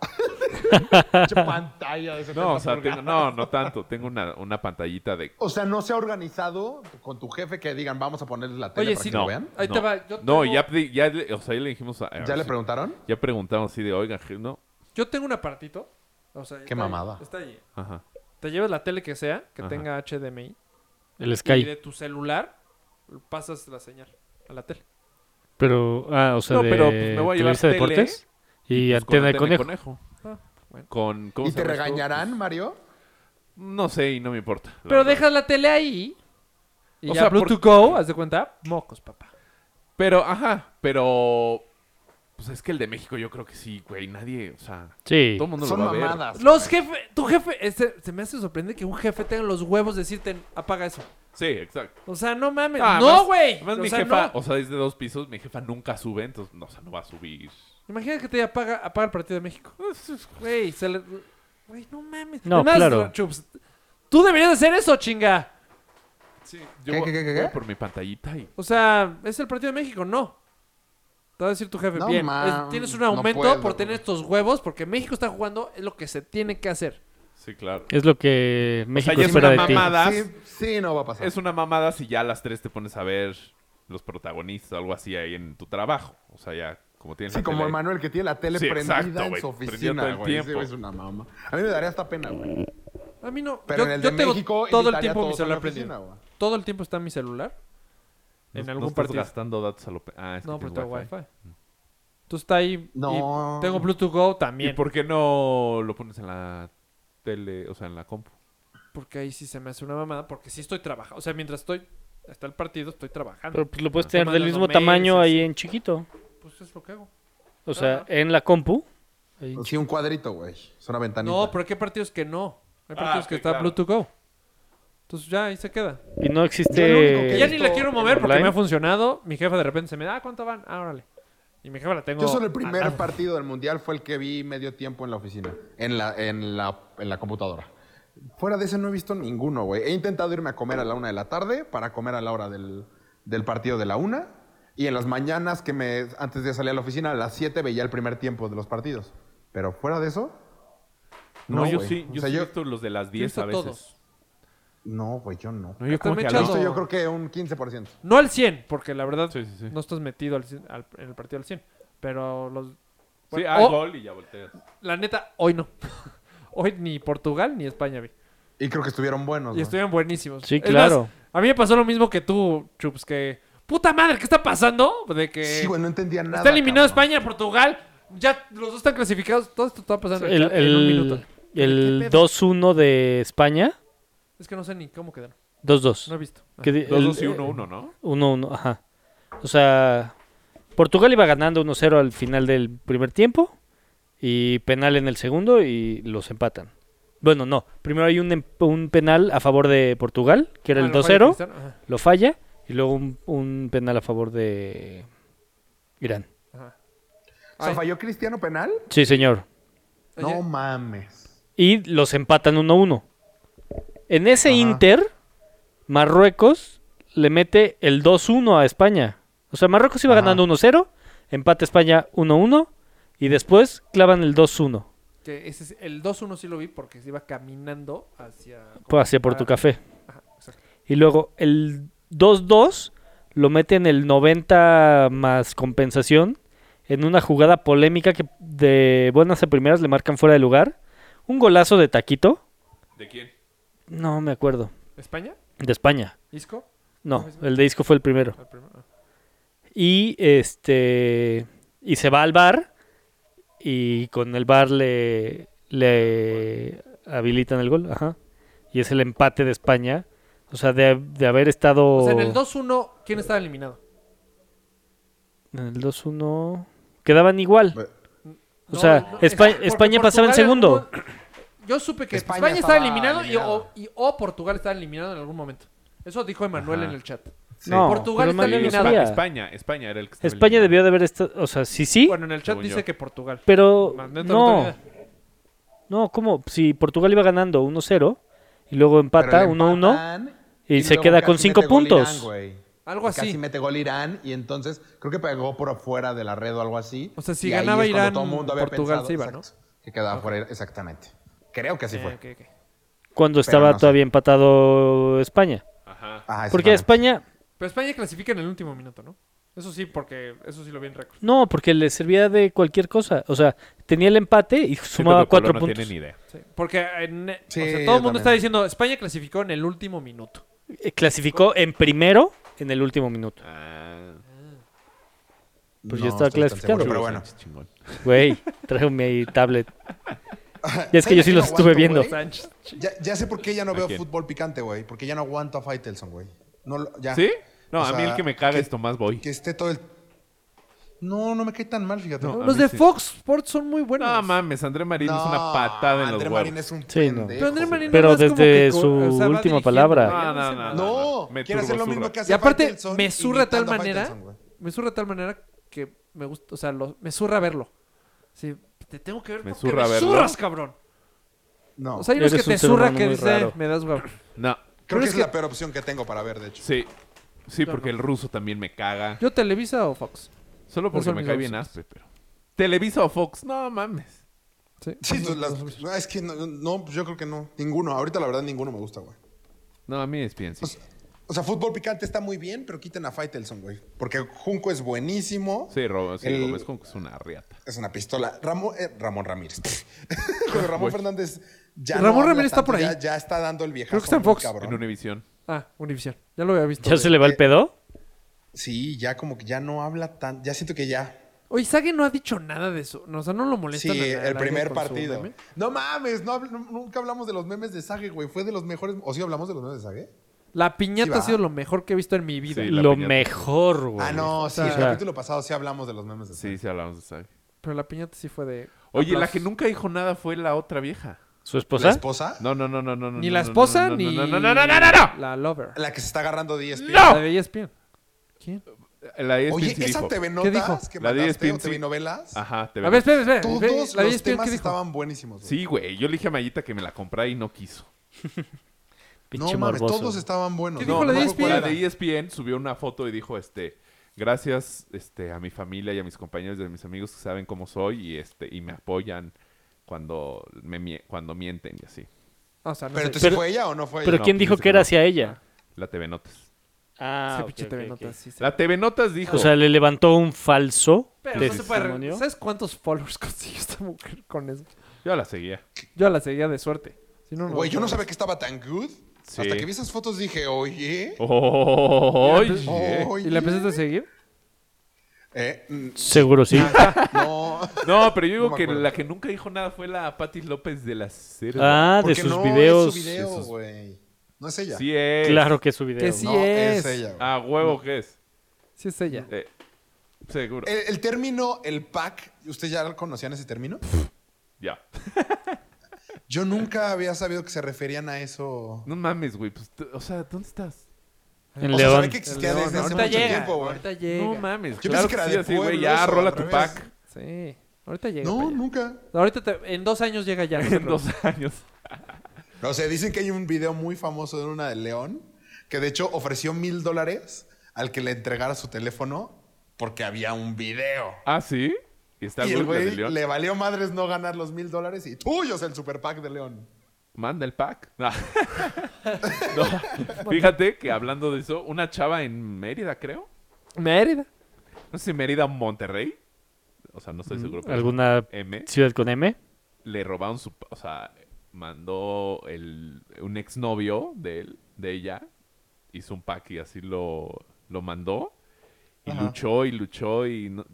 pantalla de No, o sea, tengo- no, no tanto. Tengo una, una pantallita de. O sea, ¿no se ha organizado con tu jefe que digan vamos a ponerles la tele Oye, para sí. que lo No, vean? Ahí no. te va, yo no, tengo- ya, pedí- ya, le- o sea, ya le dijimos. a- ¿Ya le sí, preguntaron? Ya preguntamos así de, oigan, je- no. Yo tengo un aparatito. O sea, está ahí, mamada. está ahí. Ajá. Te llevas la tele que sea, que Ajá. tenga HDMI. El Y Sky. de tu celular pasas la señal a la tele. Pero, ah, o sea, No, de pero, pues, me voy a llevar Televisa tele Deportes y, Pues con Antena de antena Conejo. Ah, bueno. Con, ¿cómo ¿Y se Pues, llama te esto? Pues, regañarán, Mario? No sé y no me importa. la Pero verdad. dejas la tele ahí. Y O ya sea, por- Bluetooth Go, haz de cuenta, mocos, papá. Pero, ajá, pero. Pues es que el de México yo creo que sí, güey. Nadie, o sea. Sí. Todo el mundo Son lo va a ver. mamadas. Los jefes, tu jefe, este, se me hace sorprender que un jefe tenga los huevos de decirte, apaga eso. Sí, exacto. O sea, no mames. Ah, no, además- güey. además O mi sea, jefa, no. o sea, es de dos pisos. Mi jefa nunca sube, entonces, no, o sea, no va a subir. Imagínate que te diga, apaga, apaga el partido de México. Güey, se le... Güey, no mames. No, claro. Chups, tú deberías hacer eso, chinga. Sí, yo ¿Qué, voy, qué, qué, qué, voy qué? por mi pantallita y. O sea, es el partido de México, no. Te va a decir tu jefe, No, bien, ma, es- tienes un no aumento puedo. por tener estos huevos, porque México está jugando, es lo que se tiene que hacer. Sí, claro. Es lo que México ya es espera una de ti. mamada. Mamadas. Sí, sí, no va a pasar. Es una mamada si ya a las tres te pones a ver los protagonistas o algo así ahí en tu trabajo. O sea, ya, como tienes. Sí, la como tele- Emanuel que tiene la tele Sí, prendida exacto, en güey, su prendida todo oficina, el güey. Ese tiempo. güey Es una mama. A mí me daría hasta pena, güey. A mí no. Pero yo en el yo de tengo México todo el invitaría a tiempo mi todos a celular la oficina, prendido. güey. Todo el tiempo está mi celular No- en no algún estás partido. gastando datos a lo. pe- Ah, es No, que pero tienes tengo wifi. Wi-Fi. Tú está ahí. y No. tengo Bluetooth Go ¿Y también. por qué no lo pones en la tele, o sea, en la compu? Porque ahí sí se me hace una mamada. Porque sí estoy trabajando. O sea, mientras estoy. Está el partido, estoy trabajando. Pero pues, lo puedes Te tener del mandan mismo los tamaño meses. ahí en chiquito. Pues es lo que hago. O sea, Ajá. en la compu. ahí en Sí, un cuadrito, güey. Es una ventanita. No, pero hay que partidos que no. Hay Ah, partidos que sí, está claro. Bluetooth Go. Entonces ya ahí se queda. chiquito. Y no Yo lo único Que que ya existe. ni la quiero mover porque Eh, online. me ha funcionado. Mi jefa de repente se me da, ah, ¿cuánto van? Ah, órale. Y mi jefa la tengo. Yo solo el a primer nada. partido del mundial fue el que vi medio tiempo en la oficina, en la, en la, en la computadora. Fuera de ese no he visto ninguno, güey. He intentado irme a comer a la una de la tarde para comer a la hora del, del partido de la una. Y en las mañanas que me, antes de salir a la oficina, a las 7 veía el primer tiempo de los partidos. Pero fuera de eso, No, yo güey. sí, O yo sea, sí he yo- visto los de las Yo he 10 visto a veces. todos. no, güey, yo no. No, yo Hasta como me he que echado- a Yo los... Claro. estoy, yo creo que un 15%. No al 100, porque la verdad Sí, sí, sí. no estás metido al, cien- al- en el partido al 100. Pero los. Sí, bueno, ah, oh, gol y ya volteas. La neta, hoy no. hoy ni Portugal ni España vi. Y creo que estuvieron Y buenos. güey. estuvieron buenísimos. Sí, Es más, claro. a mí me pasó lo mismo que tú, Chups, que. ¡Puta madre! ¿Qué está pasando? De que. Sí, güey, no entendía nada. está eliminado cabrón. España, Portugal. Ya los dos están clasificados. Todo esto está pasando El, en un minuto. el, el ¿Qué pedo? 2-1 de España. Es que no sé ni cómo quedaron. No 2-2. he visto. Que di- el- 2-2 y 1-1, ¿no? 1-1, ajá. O sea, Portugal iba ganando 1-0 al final del primer tiempo y penal en el segundo y los empatan. Bueno, no. Primero hay un, em- un penal a favor de Portugal, que era Ah, el lo falla 2-0, Cristiano, ajá, lo falla, y luego un, un penal a favor de Irán. ajá. O sea, Ay. falló Cristiano penal. Sí, señor. Oye, No mames. Y los empatan 1-1. En ese Ajá. Inter, Marruecos le mete el 2-1 a España. O sea, Marruecos iba Ajá. ganando 1-0, empata España 1-1 y después clavan el 2-1 que ese es- el 2-1 sí lo vi porque se iba caminando hacia... pues, hacia por tu Ajá, café. exacto. Y luego el 2-2 lo mete en el 90 más compensación en una jugada polémica que de buenas a primeras le marcan fuera de lugar. Un golazo de taquito. ¿De quién? No me acuerdo. ¿España? De España. ¿Isco? No, Pues, el de Isco fue el primero. Al primero. Ah. Y este y se va al bar y con el bar le le habilitan el gol, ajá. Y es el empate de España. O sea, de, de haber estado O sea, en el 2-1, ¿quién estaba eliminado? en el 2-1 quedaban igual. Bueno. O sea, Espa- porque España pasaba en Portugal segundo. algún mo- Yo supe que España España, estaba estaba eliminado, y- eliminado. o, y- o Portugal estaba eliminado en algún momento. Eso dijo Emanuel Ajá. en el chat. Sí. No, Portugal pero está más bien eliminado. España. España, España era el que estaba España eliminado. debió de haber estado, o sea, sí sí, Bueno, en el chat Según dice yo. que Portugal. pero Ma- neta, tengo no, idea. no, como si Portugal iba ganando 1-0 y luego empata Pero le 1-1 empatan y se luego queda casi con cinco mete gol puntos. Irán, güey. Algo Y así. Casi mete gol Irán y entonces creo que pegó por afuera de la red o algo así. O sea, si Y ahí ganaba es cuando Irán, todo el mundo había Portugal se iba, exacto, Que quedaba fuera, exactamente. Creo que así Eh, fue. ok, ok. cuando Pero estaba no sé. Ah, todavía empatado España. Ajá. Ajá, Porque exactamente. España Pero España clasifica en el último minuto, ¿no? Eso sí, porque eso sí lo vi en récord. No, porque le servía de cualquier cosa. O sea, tenía el empate y Siento sumaba que Polo cuatro no puntos. tiene ni idea. Sí, Porque en- o Sí, sea, yo todo el mundo también. está diciendo España clasificó en el último minuto. Eh, Clasificó en primero en el último minuto. Ah, Pues No ya estaba estoy tan clasificado. seguro, pero bueno. Sánchez, chingón. Güey, traje mi tablet. Y es que yo sí ¿Saben los qué estuve no aguanto, viendo. güey? Sánchez. Ya, ya sé por qué ya no ¿A veo quién? fútbol picante, güey. Porque ya no aguanto a Faitelson, güey. No, lo- ya. ¿Sí? No, Ah. O a mí sea, el que me caga que- es Tomás Boy. Que esté todo el. No, no me cae tan mal, fíjate. No, No, a Los mí de sí. Fox Sports son muy buenos. No mames, André Marín es una patada en los André huevos. Marín es un Sí, no. Pero André Marín Pero nada más como desde que co- su va última dirigiendo, palabra. ya No, hace no, nada. no, No, me quiere hacer lo turbozurra. mismo que Y hace aparte, Faitelson me zurra de tal imitando a manera. Faitelson, güey. Me zurra de tal manera que me gusta. O sea, lo- me zurra verlo. Sí, te tengo que ver Me porque zurra me verlo. zurras, cabrón. No. O sea, hay unos que Eres un te ser zurra humano que muy dice, raro. me das huevo. No, Creo que es es que- la peor opción que tengo para ver, de hecho. sí. Sí, No, porque el ruso también me caga. ¿Yo Televisa o Fox? Solo porque son me mis cae opciones. bien Aspe, pero... Televisa o Fox, no mames. Sí. Sí, pues, las- no, es que no, no, yo creo que no. Ninguno. Ahorita, la verdad, ninguno me gusta, güey. No, a mí es bien, sí. O sea, fútbol picante está muy bien, pero quiten a Faitelson, güey. Porque Junco es buenísimo. Sí, Robo, sí, El- Robo, es como que es una riata. Es una pistola. Ramón, eh, Ramón Ramírez. Pero Ramón Fernández ya Ramón habla Ramírez está tanto, por ahí. Ya, ya está dando el viejazo. Creo que está en muy Fox. cabrón. En Univisión. Ah, Univision. Ya lo había visto. ¿Ya se le va el pedo? Sí, ya como que ya no habla tan... Ya siento que ya... Oye, Sage no ha dicho nada de eso. No, o sea, no lo molesta. Sí, el primer partido. No mames, no, habl- nu- nunca hablamos de los memes de Sage, güey. Fue de los mejores... ¿O sí hablamos de los memes de Sage? La Sí, piñata va. ha sido lo mejor que he visto en mi vida. Sí. Y la Lo piñata. mejor, güey. Ah, no, sí. O el sea, capítulo pasado sí hablamos de los memes de Sage. Sí, sí hablamos de Sage. Pero la piñata sí fue de. Oye, la aplausos. que nunca dijo nada fue la otra vieja. ¿Su ¿La esposa? esposa? No, no, no, no, no. no, Ni no, la no, esposa, no, no, ni. No, no, no, no, no, no, no. La lover. La que se está agarrando E 10 La de E ESPN. ¿Quién? La de Oye, ESPN sí esa dijo. TV notas ¿Qué dijo? que La de mandaste ESPN o TV sí. novelas, Ajá, te A ver, ves. espera, espera. todos espera. La de E los ESPN, temas ¿qué dijo? estaban buenísimos. güey. Sí, güey. Yo le dije a Mayita que me la comprara y no quiso. Pinche No mames, morboso. todos estaban buenos. ¿Qué No, dijo la no de E me acuerdo ESPN? La E cuál de E ESPN subió una foto y dijo, este, gracias este, a mi familia y a mis compañeros y a mis amigos que saben cómo soy y este y me apoyan cuando me mie- cuando mienten y así. Ah, O sea, no Pero sé. entonces Pero- fue ella o no fue ¿Pero ella. quién pues dijo dice que que era no. hacia ella? La TV Notas. Ah, Ese ok, pinche ok, TV ok. Notas, sí, sí. La TV Notas dijo, O sea, le levantó un falso Pero no se puede arreglar. testimonio. ¿Sabes cuántos followers consiguió esta mujer con eso? yo la seguía. Yo la seguía de suerte. Si no, no- Güey, yo no sabía que estaba tan good. Sí. Hasta que vi esas fotos dije, oye. Oh, Oye. Oh. ¿Y la empezaste a seguir? Eh, mm, Seguro sí. Ah, no. No, pero yo digo No me que acuerdo. la que nunca dijo nada fue la Patti López de la Cerda. Ah, de Porque sus no videos. Es su video, de sus- güey. No es ella. Sí es. Claro que es su video. Que sí No, es. es ella. güey. Ah, huevo que es. Sí es ella. Eh, seguro. El, el término, el pack, ¿ustedes ya conocían ese término? Ya. Yo nunca había sabido que se referían a eso. No mames, güey. Pues, t- o sea, ¿dónde estás? En o sea, León. sabía que existía El León, desde hace ahorita mucho llega, tiempo, güey. ahorita llega. No mames. Yo claro pensé que era sí, de así, güey. pueblo, Ya, eso, rola al tu revés. pack. Sí, ahorita llega. para No, allá. nunca. Ahorita te- en dos años llega ya. En dos años. O sea, dicen que hay un video muy famoso de una de León que de hecho ofreció mil dólares al que le entregara su teléfono porque había un video. Ah, ¿sí? Y está Y el el Google de güey León. le valió madres no ganar los mil dólares y tuyos el super pack de León. Manda el pack. No. No. Fíjate que hablando de eso, una chava en Mérida, creo. Mérida. No sé si Mérida o Monterrey. O sea, no estoy seguro. pero ¿Alguna M. ciudad con M? Le robaron su... O sea, mandó el, un exnovio de, él, de ella. Hizo un pack y así lo, lo mandó. Y Ajá. luchó y luchó y no-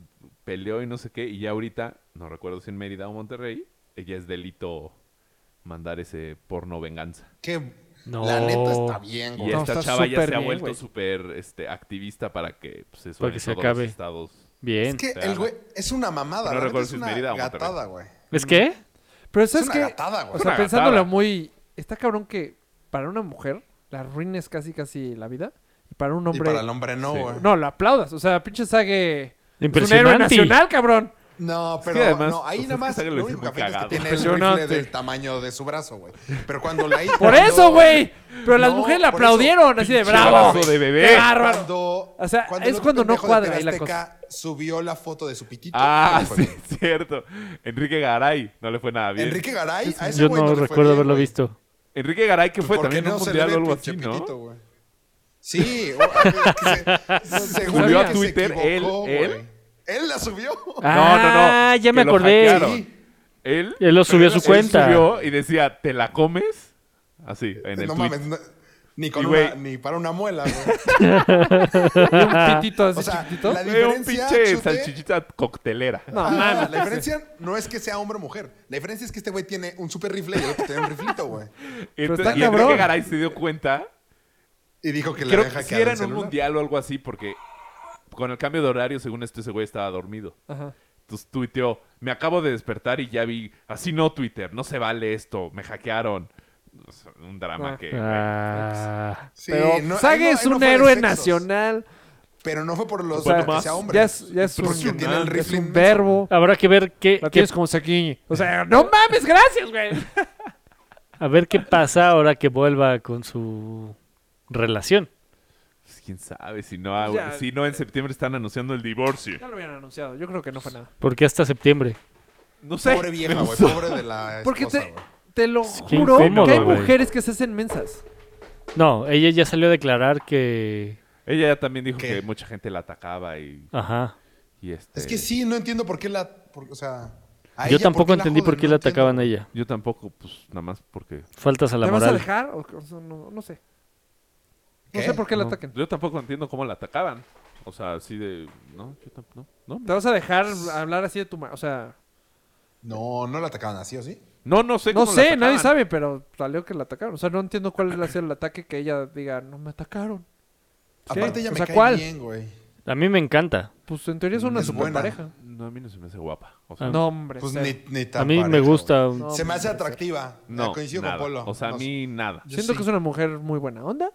peleó y no sé qué. Y ya ahorita, no recuerdo si en Mérida o Monterrey, ella es delito mandar ese porno venganza. Que No. la neta está bien, Y güey. No, esta está chava ya súper se ha bien, vuelto güey. súper este, activista para que pues, eso Para en que se todos acabe. los estados. Bien. Es que Te el ama. güey es una mamada, No la neta recuerdo es si es una Mérida o gatada, güey. ¿Es que? Pero Es ¿sabes una qué? gatada, O güey. sea, Una pensándolo gatada. muy... Está cabrón que para una mujer la arruines casi casi la vida. Y para un Y hombre... para el hombre no, Sí. güey. No, lo aplaudas. O sea, pinche Sage... Es un héroe Impresionante. nacional, cabrón. No, pero que además, no, o ahí sea, nada es más que Saga lo lo hizo único que muy afecta es que cagado. tiene es un rifle Impresionante. del tamaño de su brazo, güey. Pero cuando la Por cuando- eso, güey. Pero las eh. No, mujeres la por eso. aplaudieron así de Pinche bravo. abrazo de bebé. Qué bárbaro. Cuando, O sea, el es otro cuando no pendejo de cuadra ahí la Azteca subió la foto de su pitito. Ah, ¿Qué fue? sí, es cierto. Enrique Garay, no le fue nada bien. Enrique, Enrique Garay, a ese Yo güey no le fue recuerdo bien, haberlo güey. visto. Garay que Pues fue porque también en no un se mundial le o ve algo el así, pinche pitito, ¿no? güey? Sí, o- que se- según Subió a que se Twitter, él- equivocó, él. güey. Él la subió. Ah, no, no. ya me que lo acordé. hackearon. Él, Él lo subió a su él cuenta. subió y decía, ¿te la comes? Así, en el no tweet. mames, no- ni, con Y, una- güey. ni para una muela, güey. Un pitito así O sea, chiquitito. la Fue "Eh, un diferencia, pinche Chute, salchichita coctelera. No, Ah, mames. La diferencia no es que sea hombre o mujer. La diferencia es que este güey tiene un super rifle y el otro tiene un riflito, güey. Pero Entonces, está y Enrique cabrón. Garay se dio cuenta Y dijo que le Creo deja que que sí era en un mundial o algo así, porque con el cambio de horario, según esto, ese güey estaba dormido. Ajá. Entonces tuiteó, me acabo de despertar y ya vi, así no Twitter, no se vale esto, me hackearon. O sea, un drama Ah. Eh, que... Ah, Pero Sage es un héroe nacional. Pero no fue por los O sea, que sea hombre. ya es, ya es Porque un, tiene el es rifle un inmenso. verbo. habrá que ver qué, La qué- tienes como Saquiñi. O sea, no mames, gracias, güey. a ver qué pasa ahora que vuelva con su relación. Pues, ¿Quién sabe? Si no, ah, Ya. si no, en septiembre están anunciando el divorcio. Ya lo habían anunciado. Yo creo que no fue nada. Porque hasta septiembre. No sé. Pobre vieja, güey. Pobre de la Porque esposa, te, güey. te lo qué juro incómodo, que hay güey. mujeres que se hacen mensas. No, ella ya salió a declarar que. Ella ya también dijo ¿Qué? que mucha gente la atacaba y, Ajá. y este... Es que sí, no entiendo por qué la... por- o sea... a Eh, Yo ella, tampoco la entendí por joden? qué No la entiendo. atacaban a ella. Yo tampoco, pues nada más porque... Faltas a ¿Te la vas a moral. dejar? O- o- no, no sé. No ¿Qué? sé por qué la No. ataquen. Yo tampoco entiendo cómo la atacaban. O sea, así de... No, yo tampoco... No, no, ¿Te vas a dejar hablar así de tu ma- O sea, No, no la atacaban así, ¿o sí? no, no sé no cómo la sé, nadie atacaban. sabe, pero salió que la atacaron. O sea, no entiendo cuál ha sido el ataque que ella diga, no me atacaron. Aparte ella o me sea, cae ¿cuál? bien, güey. A mí me encanta. Pues en teoría es una Es super buena. pareja. No, a mí no se me hace guapa. O sea, Ah, No, hombre. Pues cero. ni, ni tan A mí me pareja, gusta. güey. No, Se pues me hace hombre, atractiva. Ah, No, Eh, Coincido nada. con Polo. O sea, a No sé. mí nada. Yo Siento sí. que es una mujer muy buena onda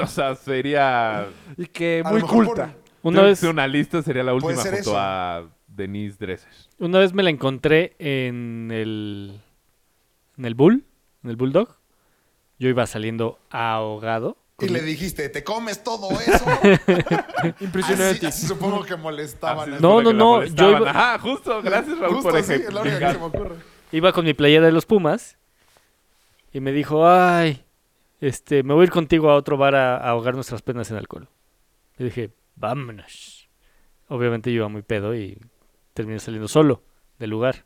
O sea, sería... y que A lo muy mejor culta. Una Yo vez, hice una lista sería la Puede última ser junto eso. a Denise Dresser. una vez me la encontré en el. En el Bull. En el Bulldog. Yo iba saliendo ahogado. Y le dijiste, te comes todo eso. Impresionante. Así- así supongo que molestaban. Así a- es No, con la no, que no, la yo iba- molestaban. Ajá, justo. Gracias, Raúl, Justo por así, es la única que se me ejemplo. ocurre. iba con mi playera de los Pumas y me dijo, ay, este, me voy a ir contigo a otro bar a, a ahogar nuestras penas en alcohol. Y dije, vámonos. Obviamente yo iba muy pedo y terminé saliendo solo del lugar.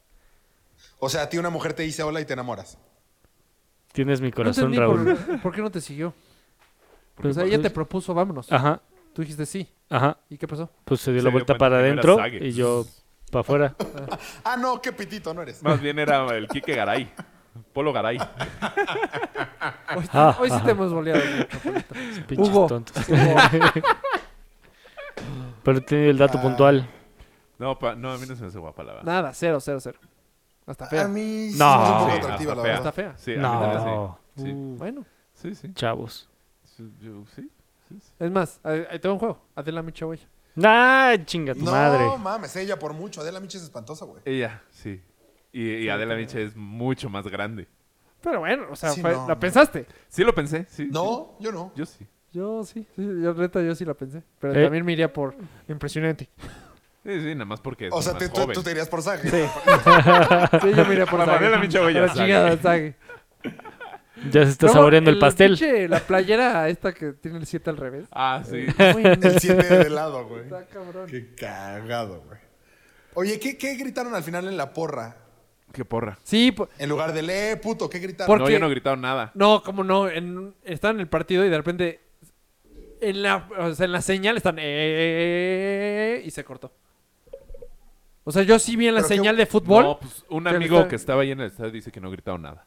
O sea, a ti una mujer te dice hola y te enamoras. Tienes mi No corazón, entendí Raúl. Por, por qué no te siguió? Porque o sea, ella te propuso, vámonos. Ajá, Tú dijiste sí. ajá. ¿Y qué pasó? Pues se dio Se la dio vuelta cuenta para que no era adentro Sage. y yo para afuera. Ah, no, qué pitito, no eres. Más bien era el Quique Garay. Polo Garay. Hoy, Ah, hoy sí ajá. te hemos boleado. Metropolitano. Pinches Hugo. tontos. Hugo, Pero he tenido el dato puntual. Ah, No, pa- no, a mí no se me hace guapa la verdad. Nada, cero, cero, cero. No está A fea. mí sí No. se me hizo un poco Sí, atractiva, hasta fea. la verdad. Está fea. Sí, a mí No, también, sí. Uh, Bueno, Sí, sí. chavos. Sí, yo- sí, sí, sí. es más, ahí ahí tengo un juego. Adela Michaway. Nah, chinga tu No, madre. mames, ella por mucho. Adela Micha es espantosa, güey. Ella, sí. Y, y Adela Micha es mucho más grande. Pero bueno, o sea, Sí, fue- no, la no. pensaste. Sí lo pensé, sí. No, yo no. sí. Yo sí. Yo sí, sí, yo neta, yo sí la pensé. Pero Eh. también me iría por impresionante. Sí, sí, nada más porque es O sea, más te- tú, joven. tú te irías por Sage. Sí, yo me iría por La Sage. Adela Micha, güey, A La ya sabe. chingada, Sage. Ya se está Luego, saboreando el la pastel. pinche- la playera esta que tiene el 7 al revés. Ah, sí. Muy El 7 de lado, güey. Está cabrón. Qué cagado, güey. Oye, ¿qué, ¿qué gritaron al final en la porra? Qué porra. Sí, po- En lugar de le, puto, ¿qué gritaron? Por- No, Porque- ya no gritaron nada. no, como no, en, están en el partido y de repente en la, o sea, en la señal están "Eh", y se cortó. O sea, yo sí vi en la Pero qué- señal de fútbol. No, pues un Que le amigo está- que estaba ahí en el estadio dice que no gritaron nada.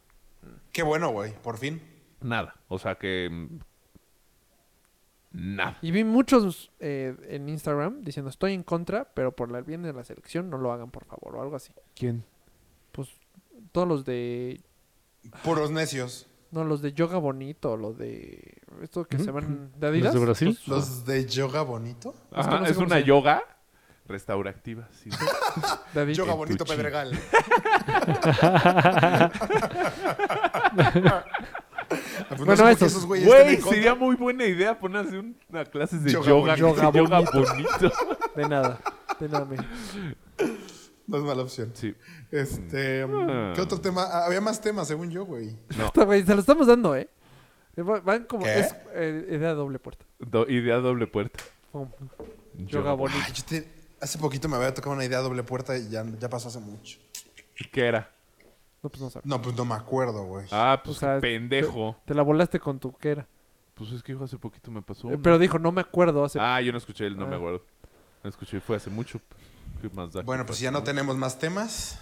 Qué bueno, güey, por fin. Nada. O sea que. mm, Nada. Y vi muchos eh, en Instagram diciendo estoy en contra, pero por el bien de la selección no lo hagan, por favor, o algo así. ¿Quién? Pues todos los de Puros necios. no los de yoga bonito, los de estos que se van de ¿Los Adidas. de Brasil? Los de yoga bonito. Ajá, que no sé es cómo una se llama. yoga restaurativa. Sí. de Adidas. Yoga en tu bonito Ah, chin. Pedregal. Bueno, bueno, pues no sé por qué esos. esos güeyes están Güey, en contra. sería muy buena idea poner así una clases de Yoga yoga. bonito. Yoga, bonito. De nada, de nada. mijo. No es mala opción. Sí. Este, Ah. ¿qué otro tema? Ah, Había más temas, según yo, güey. Puta, güey, se lo estamos dando, ¿eh? Va- Van como... ¿Qué? Es eh, idea doble puerta. Do- idea doble puerta. Pum. Yoga Yoga bonito. bonito. Ay, yo te- hace poquito me había tocado una idea doble puerta y ya, ya pasó hace mucho. ¿Qué era? No, pues no sabes. No, pues no me acuerdo, güey. Ah, pues O sea, qué pendejo. Te la volaste con tu que era. Pues es que hijo, hace poquito me pasó. Eh, una. Pero dijo, no me acuerdo hace... Ah, yo no escuché él, no me Ah. acuerdo. No escuché, fue hace mucho. ¿Qué más da? Bueno, pues si ya no tenemos más temas.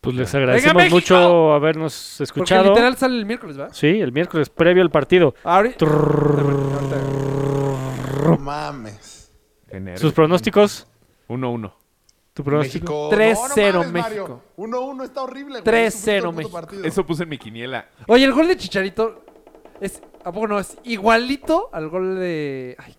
Pues les agradecemos México! mucho habernos Porque escuchado. literal sale el miércoles, ¿verdad? Sí, el miércoles previo al partido. Ahorita... No mames. Genero. Sus pronósticos. Uno, uno. Tu pronóstico. México. 3-0 no, no mames, Mario. México. 1-1 está horrible, güey. 3-0 Tú fuiste al puto México. partido. Eso puse en mi quiniela. Oye, el gol de Chicharito es... ah, Bueno, es igualito al gol de... Ay.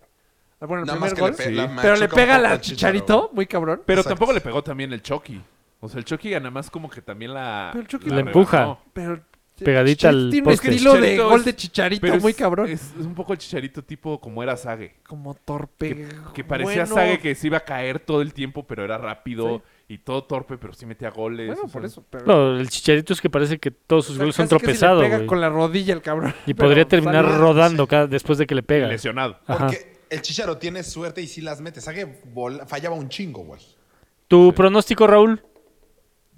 Ah, Bueno, el Nada más primer que gol. le pe- la machuca Pero le un pega poco la al Chicharito, muy cabrón. Pero Exacto. tampoco le pegó también el Chucky. O sea, el Chucky nada más como que también la... Pero el Chucky La empuja. rebanó. Pero... Pegadita Chicharito al Tiene un poste. estilo de Chicharito gol es- de Chicharito Pero muy es- cabrón. Es, es un poco el chicharito tipo como era Sage. Como torpe. Que, que parecía bueno. Sage que se iba a caer todo el tiempo, pero era rápido y todo torpe, pero sí metía goles. Bueno, o sea, por eso. Pero... No, el chicharito es que parece que todos sus O sea, goles son casi, casi le tropezados, pega güey. con la rodilla el cabrón. Y Pero podría terminar sale- rodando cada- después de que le pega. Lesionado. Ah. Ajá. Porque el Chicharo tiene suerte y sí las mete. Sague vol- fallaba un chingo, güey. ¿Tu pronóstico, Raúl?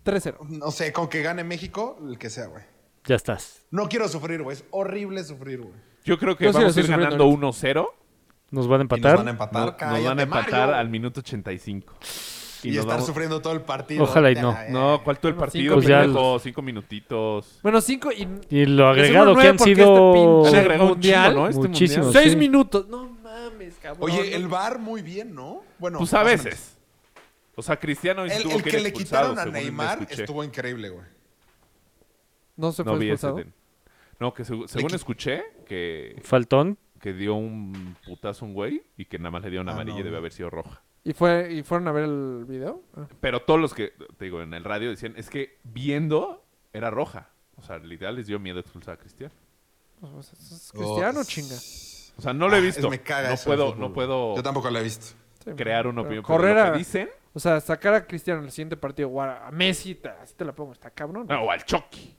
3-0. No sé, con que gane México, el que sea, güey. Ya estás. No quiero sufrir, güey. Es horrible sufrir, güey. Yo creo que Yo sí lo vamos a estoy ir sufriendo ganando ahorita. 1-0. Nos van a Y nos empatar. van a empatar. No- nos van a cállate, empatar Mario. al minuto 85. Y, nos estar vamos- sufriendo todo el partido. Ojalá y no. Ya, ya, ya. No, ¿cuál todo el Bueno, partido? cinco Pues ya pendejo? Cinco minutitos. Bueno, 5 y. Y lo uno agregado que nueve han porque sido... este Han pinche- agregado un chingo, mundial, ¿no? Este muchísimo. mundial. 6 sí. minutos. No mames, cabrón. Oye, el bar muy bien, ¿no? Bueno, Pues más a o menos. veces. O sea, Cristiano hoy sí El, tuvo el que ir le expulsado, quitaron a según me Neymar escuché. estuvo increíble, güey. No se No fue vi ese expulsado. de- No, que segu- según qui- escuché que, Faltón. que dio un putazo a un güey y que nada más le dieron Ah, amarilla y no. debe haber sido roja. ¿Y, fue, ¿Y fueron a ver el video? Ah. Pero todos los que, te digo, en el radio decían, es que viendo era roja. O sea, literal les dio miedo expulsar a Cristiano. O sea, ¿Es cristiano, chinga? O sea, no lo he Ah, visto. es- me caga no, eso del puedo, fútbol, no puedo Yo tampoco lo he visto. Sí, crear una pero opinión. pero Correr lo a. que dicen, O sea, sacar a Cristiano en el siguiente partido o a a Messi, te- así te la pongo, está cabrón. no, o al Chucky.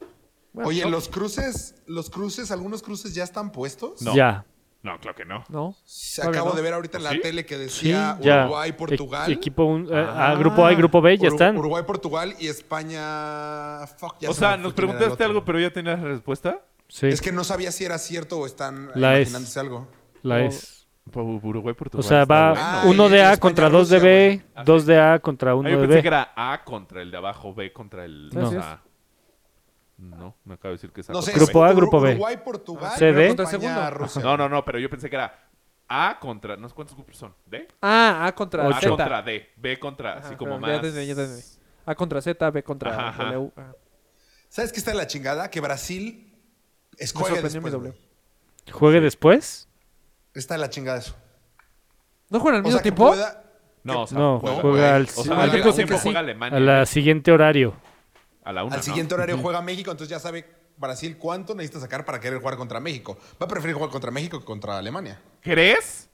Bueno, Oye, no- los cruces, los cruces, algunos cruces ya están puestos. No. Ya. No, claro que no. No. Se Todavía Acabo no. de ver ahorita en la ¿Sí? tele que Sí, decía ya. Uruguay, E- Portugal. equipo un- eh, ah, grupo A y grupo B ya Uru- están. Uruguay, Portugal y España. Fuck, ya o se sea, me nos fue quién era el preguntaste otro. algo, pero ya tenías la respuesta. Sí, Es que no sabía si era cierto o están La es. imaginándose algo. la no. es. Por Uruguay, Portugal. O sea, Pues está va bueno. Ah, uno y- de y A España, contra dos de Rusia, B, dos de A contra uno Ah, yo de pensé que B. era A contra el de abajo, B contra el... No. o sea, no, me acabo de decir que es A No sé. contra- Grupo A, Uru- grupo B. Uruguay, Portugal, C, D. España, Segundo. Rusia. No, no, no, pero yo pensé que era A contra... ¿no? sé ¿Cuántos grupos son? ¿D? Ah, A contra Ocho. A Z. contra D. B contra... así Ajá, como ya más... te entendí, ya te entendí. A contra Z, B contra Ajá, ajá. W. Ah, ¿Sabes qué está de la chingada? Que Brasil es me juega sorprendió mi después. W. güey. ¿Juegue después? Está de la chingada eso. ¿No juegan al O mismo sea, que tiempo? pueda- No, o sea, No, juega, juega, güey. al, O sea, al- al mismo creo que tiempo sí, juega Alemania. a la siguiente horario. a la una, Al ¿no? siguiente horario juega México, entonces ya sabe Brasil cuánto necesita sacar para querer jugar contra México. Va a preferir jugar contra México que contra Alemania. ¿Crees?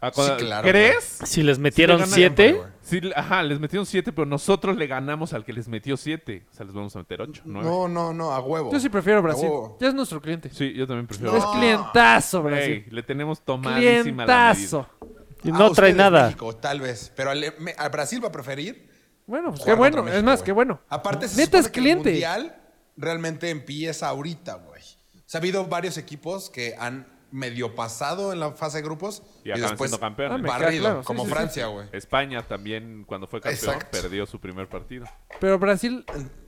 Ah, cuando- claro, ¿Crees? Si les Sí, metieron le ganan, siete, güey. Sí, le- ajá, les metieron siete, pero nosotros le ganamos al que les metió siete. O sea, les vamos a meter ocho, nueve. No, no, no, a huevo. Yo sí prefiero Brasil. A huevo. Ya es nuestro cliente. Sí, yo también prefiero. Es clientazo, Ey, Brasil. le tenemos tomadísima la medida. clientazo. y A no trae Ah, ustedes, nada. México, tal vez. Pero Ale- me- a Brasil va a preferir. Bueno, pues qué jugar bueno. contra México, es más, güey. qué bueno. Aparte, se Neta es supone que cliente. el mundial realmente empieza ahorita, güey. O sea, ha habido varios equipos que han medio pasado en la fase de grupos Y y, acaban después siendo campeones. Ah, me queda barrido, claro, sí, como sí, sí. Francia, güey. España también, cuando fue campeón, Exacto. perdió su primer partido. Pero Brasil,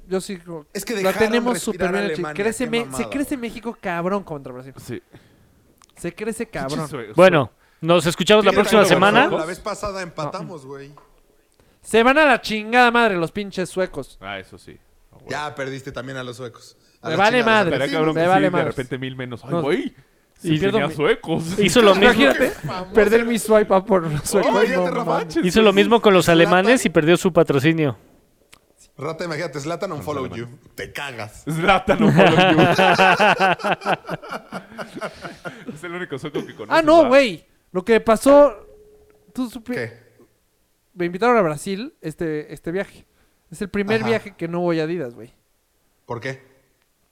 yo sí. creo- Es que la dejaron tenemos súper respirar a bien. Alemania, chi- crece qué Me- se mamada, crece México cabrón contra Brasil. Sí. Se crece cabrón. Bueno, nos escuchamos la Fíjate, próxima pero La semana. vez pasada empatamos, güey. Se van a la chingada madre los pinches suecos. Ah, eso sí. Ah, güey. Ya perdiste también a los suecos. A Me los vale chingados madre. Estaría Sí, cabrón me que sí, vale de madres. repente mil menos. ¡Ay, No. güey! Sí, Y pierdo tenía mi- suecos. Hizo lo mismo, Imagínate perder mi swipe up por los suecos. Imagínate, no Rafa, mames. hizo lo mismo con los alemanes y perdió su patrocinio. Rata, imagínate, Zlatan un follow you. Te cagas. Zlatan no follow you. Es el único sueco que conozco. Ah, no, güey. Lo que pasó. Tú supi- ¿Qué? Me invitaron a Brasil este, este viaje. Es el primer Ajá. viaje que no voy a Adidas, güey. ¿Por qué?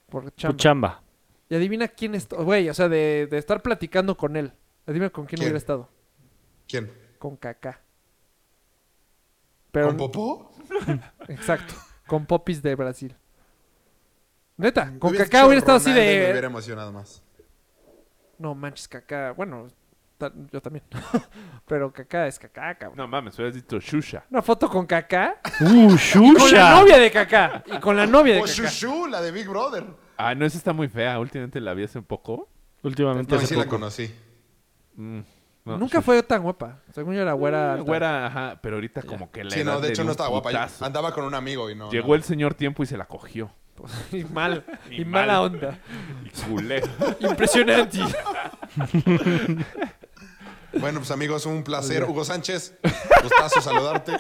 Por Tu chamba. chamba. Y adivina quién está. Güey, o sea, de, de estar platicando con él. Adivina con quién, ¿Quién? hubiera estado. ¿Quién? Con Kaká. Pero, ¿Con Popó? Exacto. Con Popis de Brasil. Neta, con Hubieras Kaká hubiera dicho estado así Ronaldo y Me de. hubiera emocionado más. No manches, Kaká. Bueno, ta- yo también. Pero Kaká es Kaká, cabrón. No mames, hubieras dicho Shusha. Una foto con Kaká. ¡Uh, Con la Shusha! novia de Kaká. Y con la novia de O Kaká. Shushu, la de Big Brother. Ah, no, esa está muy fea. Últimamente la vi hace un poco. Últimamente No, hace sí la poco. conocí. No, Nunca fue tan guapa. Según yo era güera. Shusha. alta. Mm, Güera, ajá, pero ahorita como que la Sí, edad no, le de hecho dio no un estaba guapa. Yo putazo. Andaba con un amigo y no. Llegó no. el señor tiempo y se la cogió. Y mal. Y Y, mala mal. onda. Y culé. Impresionante. Bueno, pues amigos, un placer. Hugo Sánchez, gustazo saludarte.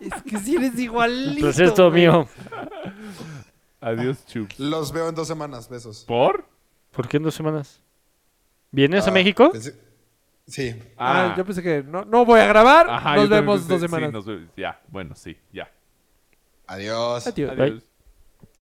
es que si eres igualito. Pues esto güey. mío. Adiós, chups. Los veo en dos semanas. Besos. ¿Por? ¿Por qué en dos semanas? ¿Vienes a Ah, México? pensé- Sí. Ah, yo pensé que no, no voy a grabar. Ajá, nos yo también vemos pensé- dos sí, semanas. nos ve- ya, bueno, sí, ya. Adiós. Adiós. Adiós.